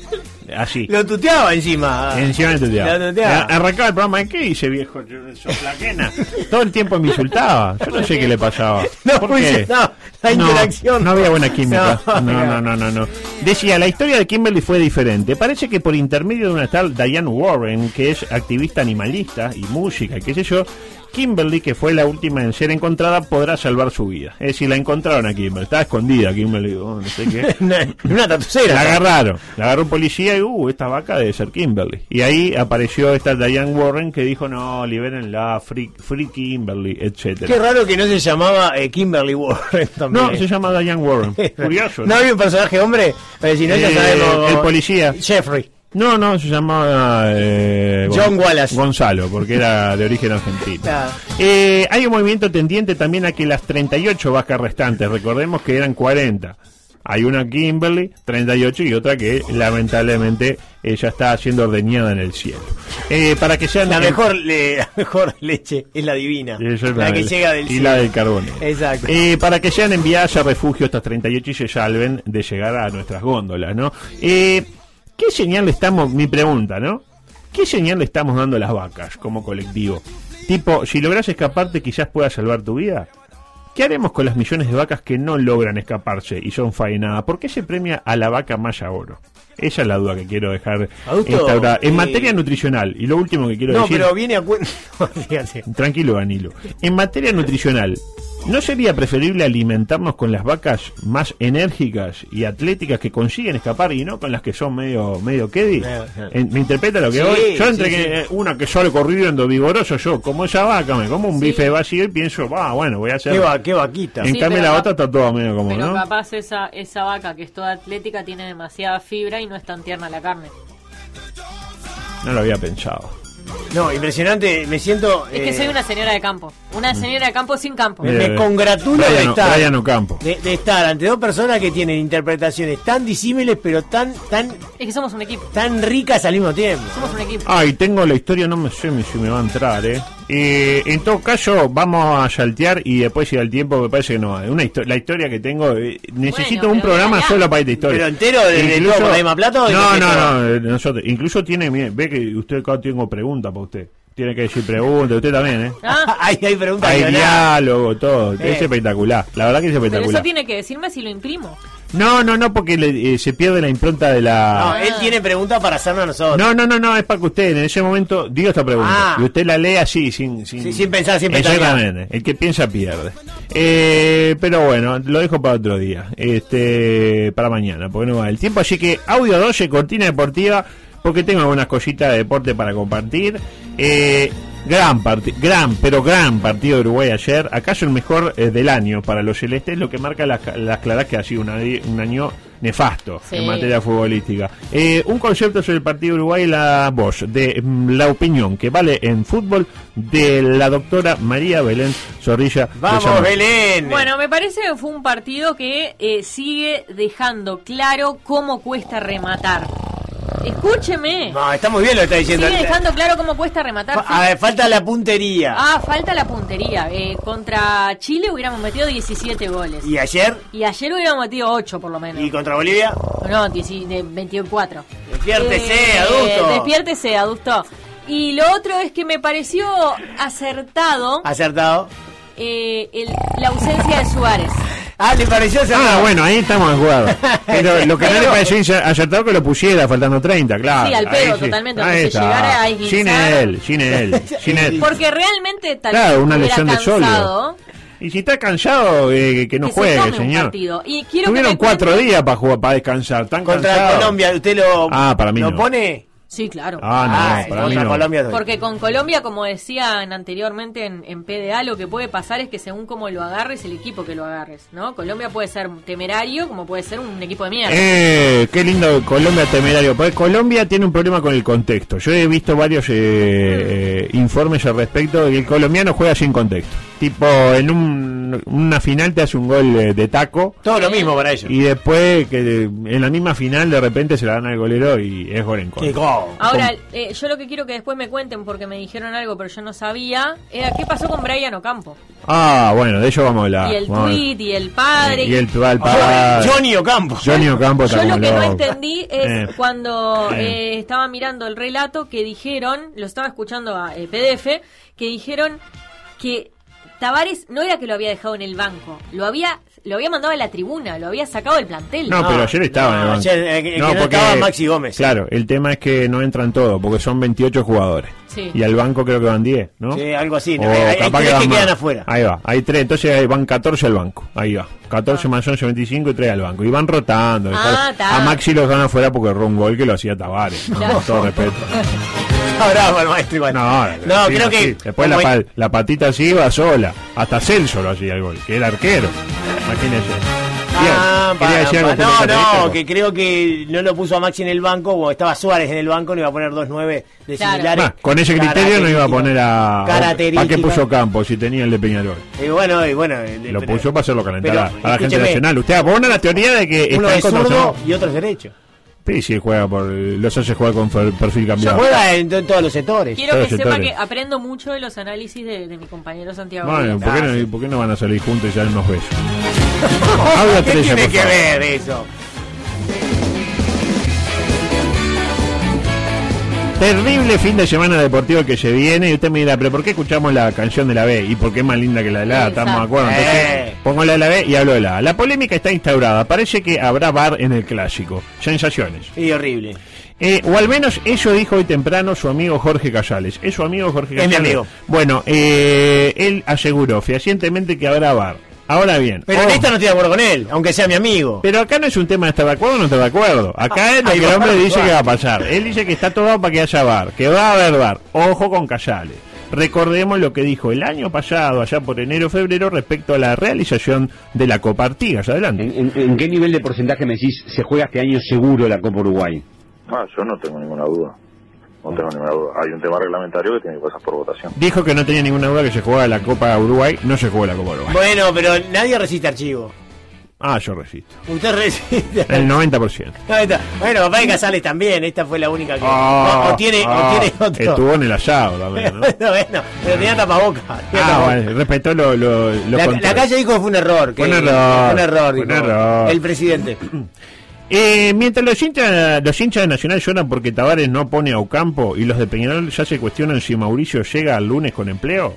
Speaker 8: así.
Speaker 5: Lo tuteaba encima.
Speaker 8: Encima de tu tía.
Speaker 5: La tuteaba.
Speaker 8: Eh, Arrancaba el programa. ¿Qué dice viejo? Soplaquena. Todo el tiempo me insultaba. Yo no sé qué le pasaba.
Speaker 5: No,
Speaker 8: ¿Por qué?
Speaker 5: no, la interacción.
Speaker 8: No había buena química.
Speaker 5: No,
Speaker 8: No, no, no, no, no. Decía, la historia de Kimberly fue diferente. Parece que por intermedio de una tal Diane Warren, que es activista animalista y música, y qué sé yo, Kimberly, que fue la última en ser encontrada, podrá salvar su vida. Es decir, la encontraron a Kimberly. Estaba escondida Kimberly. oh, no sé qué.
Speaker 5: En una
Speaker 8: La
Speaker 5: tatucera.
Speaker 8: agarraron, la agarró un policía y, uh, esta vaca debe ser Kimberly. Y ahí apareció esta Diane Warren que dijo, no, libérenla, free, free Kimberly,
Speaker 5: Qué
Speaker 8: etcétera
Speaker 5: raro que no se llamaba eh, Kimberly Warren también.
Speaker 8: No, se llama Diane Warren. Curioso.
Speaker 5: ¿No
Speaker 8: ¿no?
Speaker 5: había un personaje hombre? Eh, si no, ya
Speaker 8: Eh,
Speaker 5: sabemos.
Speaker 8: el policía.
Speaker 5: Jeffrey.
Speaker 8: No, no, se llamaba eh,
Speaker 5: John Wallace.
Speaker 8: Gonzalo, porque era de origen argentino.
Speaker 5: Ah.
Speaker 8: Eh, hay un movimiento tendiente también a que las 38 vacas restantes, recordemos que eran 40. Hay una Kimberly, 38, y otra que lamentablemente eh, ya está siendo ordeñada en el cielo. Eh, para que sean
Speaker 5: La
Speaker 8: en-
Speaker 5: mejor, le- la mejor leche es la divina.
Speaker 8: Sí, esa es
Speaker 5: la que
Speaker 8: del-
Speaker 5: llega del
Speaker 8: y
Speaker 5: cielo.
Speaker 8: la del carbonero.
Speaker 5: Exacto.
Speaker 8: Eh, para que sean enviadas a refugio estas 38 y se salven de llegar a nuestras góndolas, ¿no? Eh, ¿Qué señal le estamos, mi pregunta, ¿no? ¿Qué señal le estamos dando a las vacas como colectivo? Tipo, si logras escaparte quizás pueda salvar tu vida. ¿Qué haremos con las millones de vacas que no logran escaparse y son faenadas? ¿Por qué se premia a la vaca más a oro? Esa es la duda que quiero dejar
Speaker 5: Adulto,
Speaker 8: instaurada. En
Speaker 5: eh,
Speaker 8: materia nutricional, y lo último que quiero
Speaker 5: no,
Speaker 8: decir...
Speaker 5: pero viene a cuento. Fíjate.
Speaker 8: Tranquilo, Danilo. En materia nutricional, ¿no sería preferible alimentarnos con las vacas más enérgicas y atléticas que consiguen escapar y no con las que son medio medio kedi?
Speaker 5: Eh, eh.
Speaker 8: En- ¿Me interpreta lo que
Speaker 5: Sí,
Speaker 8: voy? Yo entre
Speaker 5: sí,
Speaker 8: que eh, una que solo corriendo vigoroso, yo como esa vaca, me como un bife vacío y pienso, va, bueno, voy a hacer...
Speaker 5: Qué, va, qué vaquita.
Speaker 8: En
Speaker 9: Sí,
Speaker 8: cambio
Speaker 9: pero
Speaker 8: la
Speaker 9: cap-
Speaker 8: otra está toda medio como,
Speaker 9: Pero
Speaker 8: ¿no?
Speaker 9: capaz esa, esa vaca que es toda atlética tiene demasiada fibra y no es tan tierna la carne.
Speaker 8: No lo había pensado.
Speaker 5: No, impresionante. Me siento.
Speaker 9: Es que
Speaker 5: eh, Mm.
Speaker 9: soy una señora de campo. Una señora de campo sin campo.
Speaker 8: Mira.
Speaker 5: Me congratulo de
Speaker 8: Eh, Brian O-
Speaker 5: estar.
Speaker 8: Brian Ocampo.
Speaker 5: De, de estar ante dos personas que tienen interpretaciones tan disímiles, pero tan, tan,
Speaker 9: Es que somos un equipo.
Speaker 5: tan ricas al mismo tiempo.
Speaker 9: Somos un
Speaker 5: Ah,
Speaker 9: equipo.
Speaker 8: Ay, tengo la historia, no me sé si me va a entrar, ¿eh? Eh, En todo caso, vamos a saltear y después si da el tiempo, me parece que no. hay. Una histo- la historia que tengo, eh, necesito
Speaker 9: Bueno,
Speaker 8: un
Speaker 9: pero
Speaker 8: programa
Speaker 9: ya.
Speaker 8: solo para esta historia.
Speaker 5: ¿Pero entero, desde luego, por la misma plata o
Speaker 8: No,
Speaker 5: desde
Speaker 8: no,
Speaker 5: que
Speaker 8: no,
Speaker 5: todo?
Speaker 8: eh, nosotros. Incluso tiene, mire, ve que usted acá tengo preguntas para usted. Tiene que decir preguntas, usted también, ¿eh?
Speaker 9: Ah,
Speaker 5: Ahí hay preguntas
Speaker 8: Hay
Speaker 5: guionadas.
Speaker 8: diálogo, todo. Es
Speaker 5: Eh.
Speaker 8: espectacular. La verdad que es
Speaker 9: pero eso
Speaker 8: espectacular.
Speaker 9: tiene que decirme si lo imprimo.
Speaker 8: No, no, no, porque le- eh, se pierde la impronta de la...
Speaker 5: No,
Speaker 9: Ah.
Speaker 5: él tiene preguntas para hacernos a nosotros.
Speaker 8: No, no, no, no, es para que usted en ese momento diga esta pregunta.
Speaker 5: Ah.
Speaker 8: Y usted la lee así, sin, sin,
Speaker 5: Sí, sin pensar, sin pensar.
Speaker 8: Exactamente. El que piensa pierde. Eh, pero bueno, lo dejo para otro día. Este, para mañana, porque no va el tiempo. Así que audio 12, cortina deportiva, porque tengo algunas cositas de deporte para compartir. Eh, Gran partido, gran, pero gran partido de Uruguay ayer. Acaso el mejor eh, del año para los celestes, lo que marca las, ca- las claras que ha sido un adi- un año nefasto
Speaker 9: Sí.
Speaker 8: en materia futbolística. Eh, un concepto sobre el partido de Uruguay, la voz, de mm, la opinión que vale en fútbol de la doctora María Belén Zorrilla. de
Speaker 5: Vamos,
Speaker 8: Zamora.
Speaker 5: Belén.
Speaker 9: Bueno, me parece que fue un partido que eh, sigue dejando claro cómo cuesta rematar. Escúcheme.
Speaker 5: No, está muy bien lo que está diciendo.
Speaker 9: Sigue dejando claro cómo cuesta rematar.
Speaker 5: Fa- a ver, falta la puntería.
Speaker 9: Ah, falta la puntería. Eh, contra Chile hubiéramos metido 17 goles.
Speaker 5: Y ayer,
Speaker 9: Y ayer hubiéramos metido 8 por lo menos.
Speaker 5: y contra Bolivia,
Speaker 9: No, 10 de 24.
Speaker 5: Oh. Despiértese,
Speaker 9: Eh,
Speaker 5: adulto.
Speaker 9: Despiértese, adulto. Y lo otro es que me pareció acertado
Speaker 5: Ah. acertado.
Speaker 9: eh, el- la ausencia de Suárez.
Speaker 5: Ah, le pareció acertado.
Speaker 8: Ah, bueno, ahí estamos de acuerdo. Pero lo que no le pareció insa- acertado que lo pusiera faltando 30, claro.
Speaker 9: Sí, al
Speaker 8: Ahí
Speaker 9: pedo, totalmente,
Speaker 8: Ahí
Speaker 9: porque
Speaker 8: está.
Speaker 9: llegara a
Speaker 8: Sin
Speaker 9: esguinzar.
Speaker 8: él, sin él, sin él.
Speaker 9: Porque realmente tal
Speaker 8: Claro,
Speaker 9: vez
Speaker 8: una
Speaker 9: estuviera
Speaker 8: lesión de
Speaker 9: cansado,
Speaker 8: Y si está cansado, eh, que no
Speaker 9: que se
Speaker 8: juegue,
Speaker 9: tome un
Speaker 8: señor.
Speaker 9: partido. Y quiero que
Speaker 8: Tuvieron
Speaker 9: me
Speaker 8: cuatro
Speaker 9: cuenten-
Speaker 8: días para jugar, para descansar. Tan
Speaker 5: Contra
Speaker 8: cansados.
Speaker 5: Colombia, ¿usted lo,
Speaker 8: Ah, para mí
Speaker 5: lo
Speaker 8: no.
Speaker 5: pone?
Speaker 9: Sí, claro.
Speaker 8: Ah, no,
Speaker 5: Ah,
Speaker 8: para mí
Speaker 5: contra
Speaker 8: no.
Speaker 5: Colombia doy.
Speaker 9: Porque con Colombia, como decían anteriormente en, en PDA, lo que puede pasar es que según cómo lo agarres, el equipo que lo agarres, ¿no? Colombia puede ser temerario, como puede ser un equipo de mierda.
Speaker 8: Eh, qué lindo Colombia temerario. Porque Colombia tiene un problema con el contexto. Yo he visto varios eh, eh, informes al respecto de que el colombiano juega sin contexto. Tipo, en un- una final te hace un gol eh, de taco
Speaker 5: Todo lo mismo para ellos.
Speaker 8: y después que eh, en la misma final de repente se la dan al golero y es gol en
Speaker 5: Qué
Speaker 8: contra.
Speaker 5: gol.
Speaker 9: Ahora, eh, yo lo que quiero que después me cuenten, porque me dijeron algo, pero yo no sabía, era qué pasó con Brian Ocampo.
Speaker 8: Ah, bueno, de ello vamos a hablar.
Speaker 9: y el
Speaker 8: Vamos a-
Speaker 9: tweet, y el padre.
Speaker 8: Y el pal-
Speaker 5: Johnny-
Speaker 8: pal-
Speaker 5: Johnny Ocampo.
Speaker 8: Johnny Ocampo está
Speaker 9: Yo lo
Speaker 8: como
Speaker 9: que no
Speaker 8: loco.
Speaker 9: entendí
Speaker 8: Eh,
Speaker 9: es cuando
Speaker 8: Eh.
Speaker 9: eh, estaba mirando el relato que dijeron, lo estaba escuchando a eh, PDF, que dijeron que Tavares no era que lo había dejado en el banco, lo había lo había mandado a la tribuna, lo había sacado del plantel.
Speaker 8: No,
Speaker 5: No,
Speaker 8: pero ayer estaba en el
Speaker 5: no,
Speaker 8: banco.
Speaker 5: ayer, eh, que- que no estaba Maxi Gómez, sí.
Speaker 8: Claro, el tema es que no entran todos, porque son 28 jugadores.
Speaker 9: Sí.
Speaker 8: Y al banco creo que van 10, ¿no?
Speaker 5: Sí, algo así.
Speaker 8: O
Speaker 5: Hay- hay
Speaker 8: capaz
Speaker 5: tres
Speaker 8: van
Speaker 5: que
Speaker 8: más.
Speaker 5: quedan afuera.
Speaker 8: Ahí va, hay 3, entonces ahí van 14 al banco. Ahí va, 14 más 11, 25 y 3 al banco. Y van rotando.
Speaker 9: Ah,
Speaker 8: Después- a
Speaker 9: está.
Speaker 8: Maxi los dan afuera porque erró un gol que lo hacía Tavares. ¿no?
Speaker 9: Claro.
Speaker 8: Con todo respeto.
Speaker 5: Ahora va el maestro igual.
Speaker 8: No,
Speaker 5: No,
Speaker 8: sí,
Speaker 5: creo que.
Speaker 8: sí. Después la,
Speaker 5: como-
Speaker 8: pa- la patita así iba sola. Hasta Celso lo hacía el gol, que era arquero. Imagínese. Bien,
Speaker 5: Ah,
Speaker 8: quería
Speaker 5: pa-
Speaker 8: decir algo
Speaker 5: pa-
Speaker 8: con esa
Speaker 5: no,
Speaker 8: característica.
Speaker 5: no, que creo que no lo puso a Maxi en el banco, o estaba Suárez en el banco, no iba a poner 2-9 de
Speaker 9: Claro.
Speaker 5: similares.
Speaker 8: Bah, con ese criterio no iba a poner a.
Speaker 5: Características.
Speaker 8: ¿A qué puso Campo si tenía el de Peñarol?
Speaker 5: Y bueno, y bueno. eh,
Speaker 8: Lo
Speaker 5: pero-
Speaker 8: puso para hacerlo calentar
Speaker 5: pero,
Speaker 8: a- a la gente
Speaker 5: escúcheme,
Speaker 8: nacional. Usted abona la teoría de que
Speaker 5: Uno
Speaker 8: están
Speaker 5: es
Speaker 8: con
Speaker 5: zurdo
Speaker 8: nosotros.
Speaker 5: y otro es derecho.
Speaker 8: Sí, sí, juega por. Los hace jugar con per- perfil
Speaker 5: Se
Speaker 8: cambiado.
Speaker 5: juega en, en todos los sectores.
Speaker 9: Quiero
Speaker 8: Todos
Speaker 9: que sepa
Speaker 8: sectores.
Speaker 9: que aprendo mucho de los análisis de, de mi compañero Santiago.
Speaker 8: Bueno,
Speaker 9: Díaz.
Speaker 8: ¿por qué,
Speaker 5: Ah, sí.
Speaker 8: no, por qué no van a salir juntos y se dan unos besos? Habla
Speaker 5: ¿Qué
Speaker 8: Trece,
Speaker 5: tiene
Speaker 8: por
Speaker 5: que
Speaker 8: favor.
Speaker 5: ver eso?
Speaker 8: Terrible fin de semana deportivo que se viene. Y usted me dirá, ¿pero por qué escuchamos la canción de la B? ¿Y por qué es más linda que la de la A?
Speaker 9: Sí,
Speaker 8: Estamos de
Speaker 9: exacto.
Speaker 8: acuerdo. Entonces,
Speaker 5: Eh.
Speaker 8: pongo la de la B y hablo de la A. La polémica está instaurada. Parece que habrá bar en el clásico. Sensaciones.
Speaker 5: Y horrible.
Speaker 8: Eh, o al menos eso dijo hoy temprano su amigo Jorge Casales. Es su amigo Jorge
Speaker 5: Es mi
Speaker 8: Casales.
Speaker 5: amigo.
Speaker 8: Bueno, eh, él aseguró fehacientemente que habrá bar. Ahora bien.
Speaker 5: Pero en
Speaker 8: ojo.
Speaker 5: esta no estoy de acuerdo con él, aunque sea mi amigo.
Speaker 8: Oh. Pero acá no es un tema de estar de acuerdo o no estar de acuerdo. Acá
Speaker 5: Ah,
Speaker 8: es lo
Speaker 5: ahí
Speaker 8: que el
Speaker 5: va,
Speaker 8: hombre
Speaker 5: ahí
Speaker 8: dice
Speaker 5: va.
Speaker 8: que va a pasar. Él dice que está todo para que haya bar, que va a haber bar. Ojo con Casales. Recordemos lo que dijo el año pasado, allá por enero-febrero, respecto a la realización de la Copa Artigas.
Speaker 5: Eh,
Speaker 8: Adelante.
Speaker 10: ¿En, en- en qué nivel de porcentaje me decís se juega este año seguro la Copa Uruguay?
Speaker 11: Ah, yo no tengo ninguna duda. No tengo ninguna duda. Hay un tema reglamentario que tiene que pasar por votación.
Speaker 8: Dijo que no tenía ninguna duda que se jugaba la Copa Uruguay. No se jugó la Copa Uruguay.
Speaker 5: Bueno, pero nadie resiste archivo.
Speaker 8: Ah, yo resisto.
Speaker 5: Usted resiste.
Speaker 8: El 90%.
Speaker 5: Ahí está. Bueno, papá de Casales también, esta fue la única que.
Speaker 8: Ah,
Speaker 5: o, o tiene,
Speaker 8: ah,
Speaker 5: o tiene otro.
Speaker 8: Estuvo en el asado también, ¿no?
Speaker 5: bueno, bueno, pero tenía tapabocas. tenía
Speaker 8: Ah,
Speaker 5: tapabocas.
Speaker 8: bueno, respetó lo, lo, lo
Speaker 5: La,
Speaker 8: contrario.
Speaker 5: la calle dijo que fue un error. Que,
Speaker 8: Fue un error,
Speaker 5: un error,
Speaker 8: fue un
Speaker 5: dijo
Speaker 8: error.
Speaker 5: El presidente.
Speaker 8: Eh, mientras los hinchas, los hinchas de Nacional lloran porque Tavares no pone a Ocampo y los de Peñarol ya se cuestionan si Mauricio llega el lunes con empleo.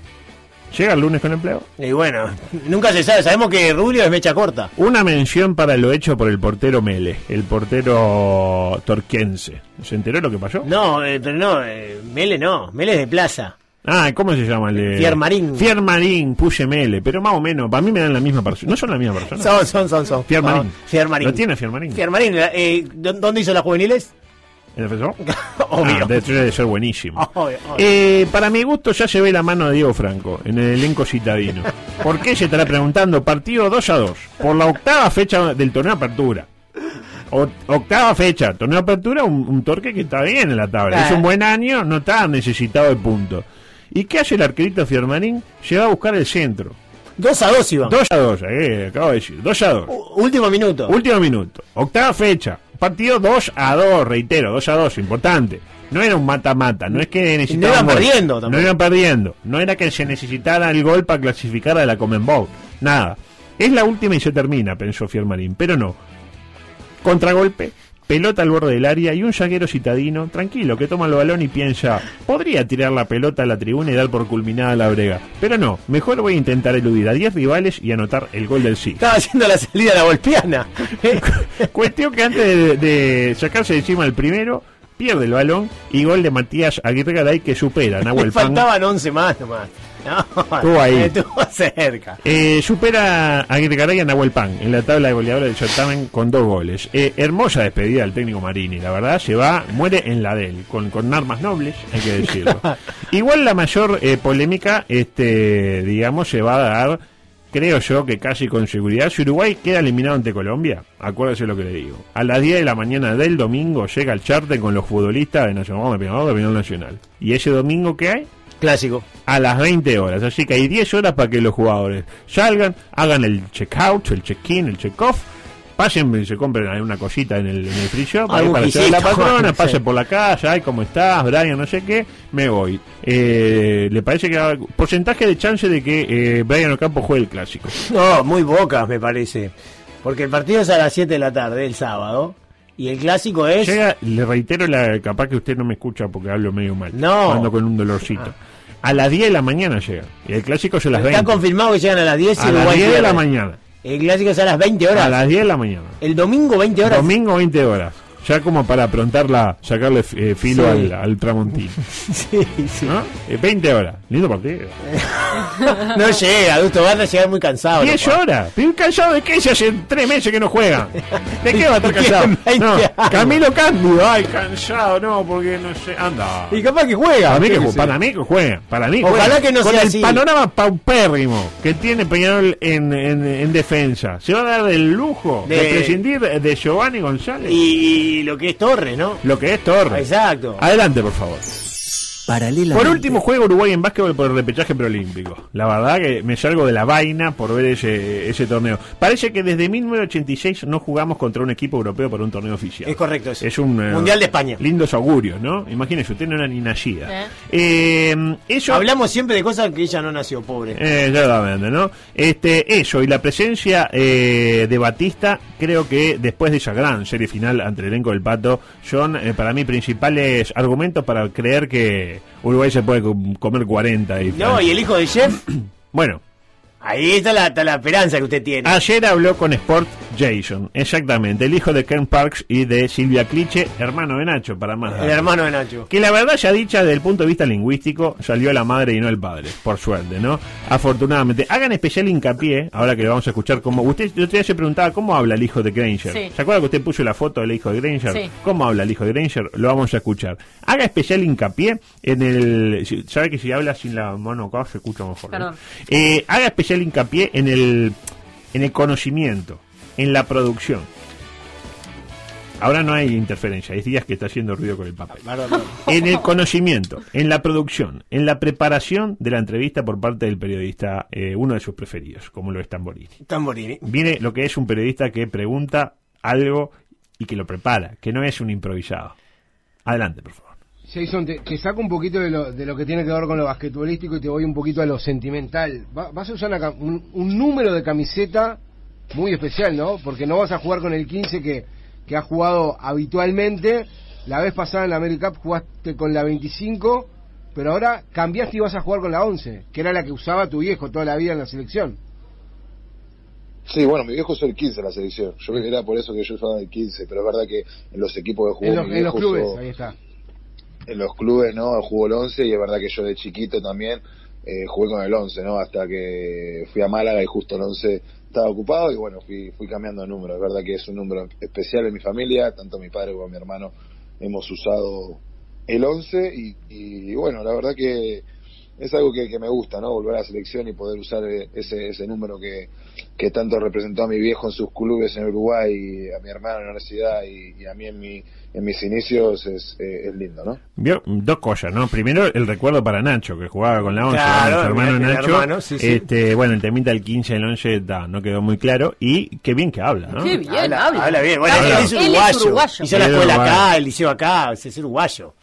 Speaker 8: ¿Llega el lunes con empleo?
Speaker 5: Y bueno, nunca se sabe. Sabemos que Rubio es mecha corta.
Speaker 8: Una mención para lo hecho por el portero Mele, el portero torquense. ¿Se enteró lo que pasó?
Speaker 5: No, eh, pero no, eh, Mele no. Mele es de plaza.
Speaker 8: Ah, ¿cómo se llama? El de-
Speaker 5: Fiermarín.
Speaker 8: Fiermarín, puse Mele, pero más o menos, para mí me dan la misma persona. No son la misma persona.
Speaker 5: Son, son, son. son.
Speaker 8: Fiermarín.
Speaker 5: Son. Fiermarín.
Speaker 8: ¿Lo tiene Fiermarín?
Speaker 5: Fiermarín, eh, ¿dó- ¿dónde hizo las juveniles?
Speaker 8: ¿El defensor?
Speaker 5: Obvio.
Speaker 8: Ah, de- debe ser buenísimo.
Speaker 5: Obvio, obvio.
Speaker 8: Eh, para mi gusto ya se ve la mano de Diego Franco en el elenco citadino. ¿Por qué se estará preguntando? Partido 2 a 2. Por la octava fecha del torneo Apertura. O- octava fecha, torneo Apertura, un, un torque que está bien en la tabla.
Speaker 5: Claro.
Speaker 8: Es un buen año, no está necesitado de puntos. ¿Y qué hace el arquerito Fiermanín? Se va a buscar el centro.
Speaker 5: Dos a dos iban.
Speaker 8: 2 a 2, eh, acabo de decir. 2 a 2.
Speaker 5: U- Último minuto.
Speaker 8: Último minuto. Octava fecha. Partido 2 a 2, reitero, 2 a 2, importante. No era un mata-mata, no es que necesitaban
Speaker 5: No iban
Speaker 8: gol.
Speaker 5: perdiendo tampoco.
Speaker 8: No iban perdiendo. No era que se necesitara el gol para clasificar a la Common Bowl. Nada. Es la última y se termina, pensó Fiermarín, pero no. Contragolpe, pelota al borde del área y un zaguero citadino, tranquilo, que toma el balón y piensa, podría tirar la pelota a la tribuna y dar por culminada la brega. Pero no, mejor voy a intentar eludir a 10 rivales y anotar el gol del sí.
Speaker 5: Estaba haciendo la salida a la golpeana.
Speaker 8: Cuestión que antes de, de sacarse de encima el primero, pierde el balón y gol de Matías Aguirre Garay que supera a
Speaker 5: Le
Speaker 8: Nahuel Pan.
Speaker 5: faltaban 11 más nomás. No,
Speaker 8: Estuvo ahí.
Speaker 5: Estuvo cerca.
Speaker 8: Eh, supera a Aguirregaray y a Nahuel Pan en la tabla de goleadores del certamen con dos goles. Eh, hermosa despedida del técnico Marini, la verdad, se va, muere en la de él, con, con armas nobles, hay que decirlo. Igual la mayor eh, polémica, este, digamos, se va a dar, creo yo que casi con seguridad, si Uruguay queda eliminado ante Colombia, acuérdese lo que le digo. A las 10 de la mañana del domingo llega el charter con los futbolistas de Nacional de Peñarol, de Peñarol Nacional. ¿Y ese domingo qué hay?
Speaker 5: Clásico.
Speaker 8: a las 20 horas. Así que hay 10 horas para que los jugadores salgan, hagan el check-out, el check-in, el check-off. Pasen, y se compren alguna cosita en el, en el free shop, ahí
Speaker 5: Algún
Speaker 8: para hacer la
Speaker 5: guisito,
Speaker 8: patrona,
Speaker 5: sí.
Speaker 8: pasen por la calle, ay, ¿cómo estás, Brian? No sé qué, me voy. Eh, ¿Le parece que va- porcentaje de chance de que eh, Brian Ocampo juegue el clásico?
Speaker 5: No, muy bocas me parece. Porque el partido es a las 7 de la tarde, el sábado. Y el clásico es.
Speaker 8: Llega, le reitero, la, capaz que usted no me escucha porque hablo medio mal.
Speaker 5: No. Ah.
Speaker 8: Ando con un dolorcito. A las 10 de la mañana llega. Y el clásico es a las 20.
Speaker 5: Está confirmado que llegan a las 10 y
Speaker 8: a las
Speaker 5: Uruguay
Speaker 8: 10 de la
Speaker 5: pierde.
Speaker 8: mañana.
Speaker 5: El clásico es a las 20 horas.
Speaker 8: A las 10 de la mañana.
Speaker 5: El domingo 20 horas.
Speaker 8: Domingo 20 horas. Ya como para aprontarla, sacarle eh, filo
Speaker 5: Sí.
Speaker 8: al, al Tramontín.
Speaker 5: Sí, sí. Eh,
Speaker 8: ¿No? Eh, 20 horas. Lindo partido.
Speaker 5: No llega, Augusto Barra llega muy cansado.
Speaker 8: 10
Speaker 5: papá.
Speaker 8: horas. Pero cansado de qué si hace 3 meses que no juega. ¿De qué va a estar cansado?
Speaker 5: Tiene 20
Speaker 8: No,
Speaker 5: años.
Speaker 8: Camilo Cándido. Ay, cansado, no, porque no sé. Anda.
Speaker 5: Y capaz que juega.
Speaker 8: Para mí, que
Speaker 5: yo qué
Speaker 8: ju-
Speaker 5: sé.
Speaker 8: para mí que juega, para mí
Speaker 5: Ojalá
Speaker 8: juega.
Speaker 5: que no
Speaker 8: Con
Speaker 5: sea
Speaker 8: el
Speaker 5: así.
Speaker 8: panorama paupérrimo que tiene Peñarol en, en, en defensa. Se va a dar el lujo de,
Speaker 5: De-
Speaker 8: prescindir de Giovanni González.
Speaker 5: Y, y lo que es Torres, ¿no?
Speaker 8: Lo que es Torres.
Speaker 5: Exacto.
Speaker 8: Adelante, por favor.
Speaker 1: Paralelamente.
Speaker 8: Por último, juega Uruguay en básquetbol por el repechaje preolímpico. La verdad que me salgo de la vaina por ver ese, ese torneo. Parece que desde 1986 no jugamos contra un equipo europeo para un torneo oficial.
Speaker 5: Es correcto eso.
Speaker 8: Es un eh,
Speaker 5: Mundial de España.
Speaker 8: Lindos augurios, ¿no? Imagínese, usted no era ni nacida.
Speaker 9: Eh.
Speaker 8: Eh, eso,
Speaker 5: Hablamos siempre de cosas que ella no nació, pobre.
Speaker 8: Eh, Exactamente, ¿no? Este, eso, y la presencia eh, de Batista, creo que después de esa gran serie final ante el elenco del Pato, son eh, para mí principales argumentos para creer que Uruguay se puede com- comer 40. Y,
Speaker 5: No, y el hijo de Jeff,
Speaker 8: Bueno,
Speaker 5: ahí está la, está la esperanza que usted tiene.
Speaker 8: ayer habló con Sport Jason, exactamente, el hijo de Ken Parks y de Silvia Cliche, hermano de Nacho, para más.
Speaker 5: el
Speaker 8: datos.
Speaker 5: hermano de Nacho.
Speaker 8: Que la verdad ya dicha desde el punto de vista lingüístico salió la madre y no el padre, por suerte, ¿no? Afortunadamente. Hagan especial hincapié, ahora que lo vamos a escuchar, como usted, yo te se preguntaba cómo habla el hijo de Granger.
Speaker 9: Sí.
Speaker 8: ¿Se acuerda que usted puso la foto del hijo de Granger?
Speaker 9: Sí.
Speaker 8: ¿Cómo habla el hijo de Granger? Lo vamos a escuchar. Haga especial hincapié en el... si- ¿Sabe que si habla sin la mano acá se escucha mejor? ¿no?
Speaker 9: Perdón.
Speaker 8: Eh, haga especial hincapié en el, en el conocimiento, en la producción. Ahora no hay interferencia, hay días que está haciendo ruido con el papel en el conocimiento, en la producción, en la preparación de la entrevista por parte del periodista, eh, uno de sus preferidos, como lo es Tamborini.
Speaker 5: Tamborini.
Speaker 8: Viene lo que es un periodista que pregunta algo y que lo prepara, que no es un improvisado. Adelante, por favor.
Speaker 12: Jason, te, te saco un poquito de lo, de lo que tiene que ver con lo basquetbolístico y te voy un poquito a lo sentimental. Va- vas a usar una cam- un, un número de camiseta muy especial, ¿no? Porque no vas a jugar con el 15 que, que has jugado habitualmente. La vez pasada en la America Cup jugaste con la 25, pero ahora cambiaste y vas a jugar con la 11, que era la que usaba tu viejo toda la vida en la selección.
Speaker 13: Sí, bueno, mi viejo usó el 15 en la selección. Yo creo que era por eso que yo usaba el 15, pero es verdad que en los equipos que jugó
Speaker 12: En los,
Speaker 13: mi
Speaker 12: en los
Speaker 13: viejo
Speaker 12: clubes,
Speaker 13: usó-
Speaker 12: ahí está.
Speaker 13: en los clubes, ¿no? Jugó el 11 y es verdad que yo de chiquito también eh, jugué con el 11, ¿no? Hasta que fui a Málaga y justo el 11 estaba ocupado y bueno, fui, fui cambiando de número. Es verdad que es un número especial en mi familia, tanto mi padre como mi hermano hemos usado el 11 y, y, bueno, la verdad que es algo que, que me gusta, ¿no? Volver a la selección y poder usar eh, ese, ese número que, que tanto representó a mi viejo en sus clubes en Uruguay, y a mi hermano en la universidad y, y a mí en, mi, en mis inicios es, eh, es lindo, ¿no?
Speaker 8: Vio mm, dos cosas, ¿no? Primero, el recuerdo para Nacho, que jugaba con la 11,
Speaker 5: Claro,
Speaker 8: su hermano
Speaker 5: el
Speaker 8: Nacho.
Speaker 5: hermano, sí, sí.
Speaker 8: Este, bueno, el temita del 15 el 11 da, no quedó muy claro. Y qué bien que habla, ¿no?
Speaker 9: Qué bien,
Speaker 5: Habla,
Speaker 9: habla.
Speaker 5: habla bien. Bueno,
Speaker 9: Habla.
Speaker 5: él es uruguayo. Hizo la
Speaker 8: Es
Speaker 5: escuela
Speaker 8: uruguayo.
Speaker 5: acá, el liceo acá, es uruguayo.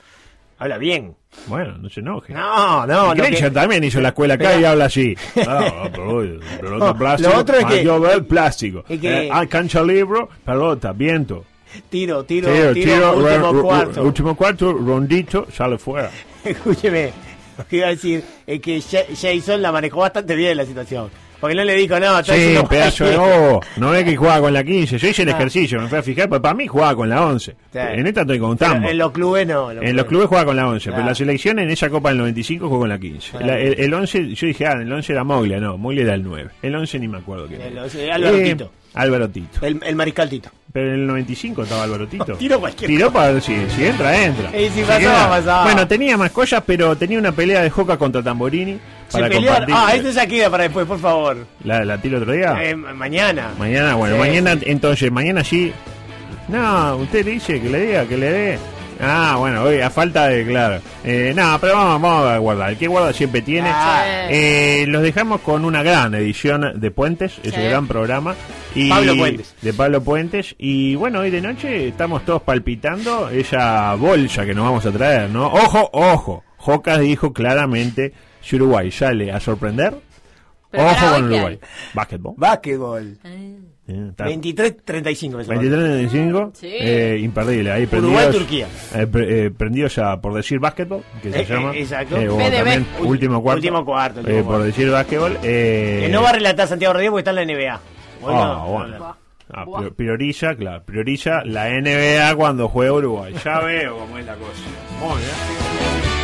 Speaker 5: Habla bien.
Speaker 8: Bueno, no se enoje.
Speaker 5: No, no, no.
Speaker 8: Granger
Speaker 5: que-
Speaker 8: también hizo la escuela acá
Speaker 5: Pero-
Speaker 8: y habla así. Ah, pero, pero otro
Speaker 5: No,
Speaker 8: plástico,
Speaker 5: lo otro es
Speaker 8: ah,
Speaker 5: que-
Speaker 8: yo veo el plástico.
Speaker 5: es que-
Speaker 8: Eh, ah, cancha libro, pelota, viento.
Speaker 5: Tiro, tiro, tiro, último
Speaker 8: ru- ru-
Speaker 5: cuarto.
Speaker 8: último cuarto, rondito, sale fuera.
Speaker 5: Escúcheme, lo que iba a decir es que Ja- Jason la manejó bastante bien la situación. Porque no le dijo, no, está
Speaker 8: Sí,
Speaker 5: diciendo
Speaker 8: pedazo de
Speaker 5: cualquiera.
Speaker 8: bobo. No es que jugaba con la 15. Yo hice el
Speaker 5: Ah.
Speaker 8: ejercicio, me fui a fijar, pero para mí jugaba con la 11.
Speaker 5: Sí.
Speaker 8: En esta estoy con
Speaker 5: Pero
Speaker 8: tambo.
Speaker 5: En los clubes Ah. no.
Speaker 8: En los clubes jugaba con la 11, pero
Speaker 5: Claro.
Speaker 8: la selección en esa Copa del 95 jugó con la 15.
Speaker 5: Claro.
Speaker 8: La- el, el 11, yo dije, ah, el 11 era Moglia, no, Moglia era el 9. El 11 ni me acuerdo quién
Speaker 5: El
Speaker 8: era.
Speaker 5: 11 era Álvaro
Speaker 8: Eh,
Speaker 5: Tito.
Speaker 8: Álvaro Tito.
Speaker 5: El, el mariscal Tito.
Speaker 8: Pero en el 95 estaba Álvaro Tito.
Speaker 5: Tiró cualquier
Speaker 8: Tiró para ver si, si entra, entra.
Speaker 5: Y si
Speaker 8: Se
Speaker 5: pasaba,
Speaker 8: queda.
Speaker 5: pasaba.
Speaker 8: Bueno, tenía más cosas, pero tenía una pelea de Joca contra Tamborini.
Speaker 5: Se
Speaker 8: Para
Speaker 5: pelearon.
Speaker 8: compartir.
Speaker 5: Ah, esta ya queda para después, por favor.
Speaker 8: ¿La, la tiro otro día?
Speaker 5: Eh, mañana.
Speaker 8: Mañana, bueno,
Speaker 5: Sí.
Speaker 8: mañana, entonces, mañana sí. No, usted le dice que le diga, que le dé. Ah, bueno, hoy a falta de, claro. Eh, no, pero vamos, vamos a guardar. El que guarda siempre tiene.
Speaker 5: Ah,
Speaker 8: Eh, los dejamos con una gran edición de Puentes, ese gran programa. Y
Speaker 5: Pablo Puentes.
Speaker 8: De Pablo Puentes. Y bueno, hoy de noche estamos todos palpitando esa bolsa que nos vamos a traer, ¿no? Ojo, ojo. Jocas dijo claramente, si Uruguay sale a sorprender,
Speaker 5: Pero
Speaker 8: ojo
Speaker 5: pará,
Speaker 8: con
Speaker 5: ¿hoy qué hay?
Speaker 8: Uruguay. Básquetbol.
Speaker 5: Básquetbol.
Speaker 8: Eh, está-
Speaker 5: 23-35 me parece.
Speaker 8: 23-35,
Speaker 5: Sí.
Speaker 8: eh, imperdible. Ahí
Speaker 5: Uruguay,
Speaker 8: prendidos,
Speaker 5: Turquía.
Speaker 8: eh, pre- eh, prendidos a por decir básquetbol, que se
Speaker 5: Eh,
Speaker 8: llama.
Speaker 5: eh, exacto.
Speaker 8: Eh, o
Speaker 5: PDB.
Speaker 8: también
Speaker 5: Ul-
Speaker 8: último cuarto.
Speaker 5: último cuarto, último
Speaker 8: eh, por
Speaker 5: cuarto.
Speaker 8: decir básquetbol. Eh,
Speaker 5: Que no va a relatar Santiago Rodríguez porque está en la NBA. Hoy
Speaker 8: ah,
Speaker 5: no.
Speaker 8: bueno. Ah, prior- prioriza, claro, prioriza la NBA cuando juega Uruguay. Ya veo cómo es la cosa. Muy bien.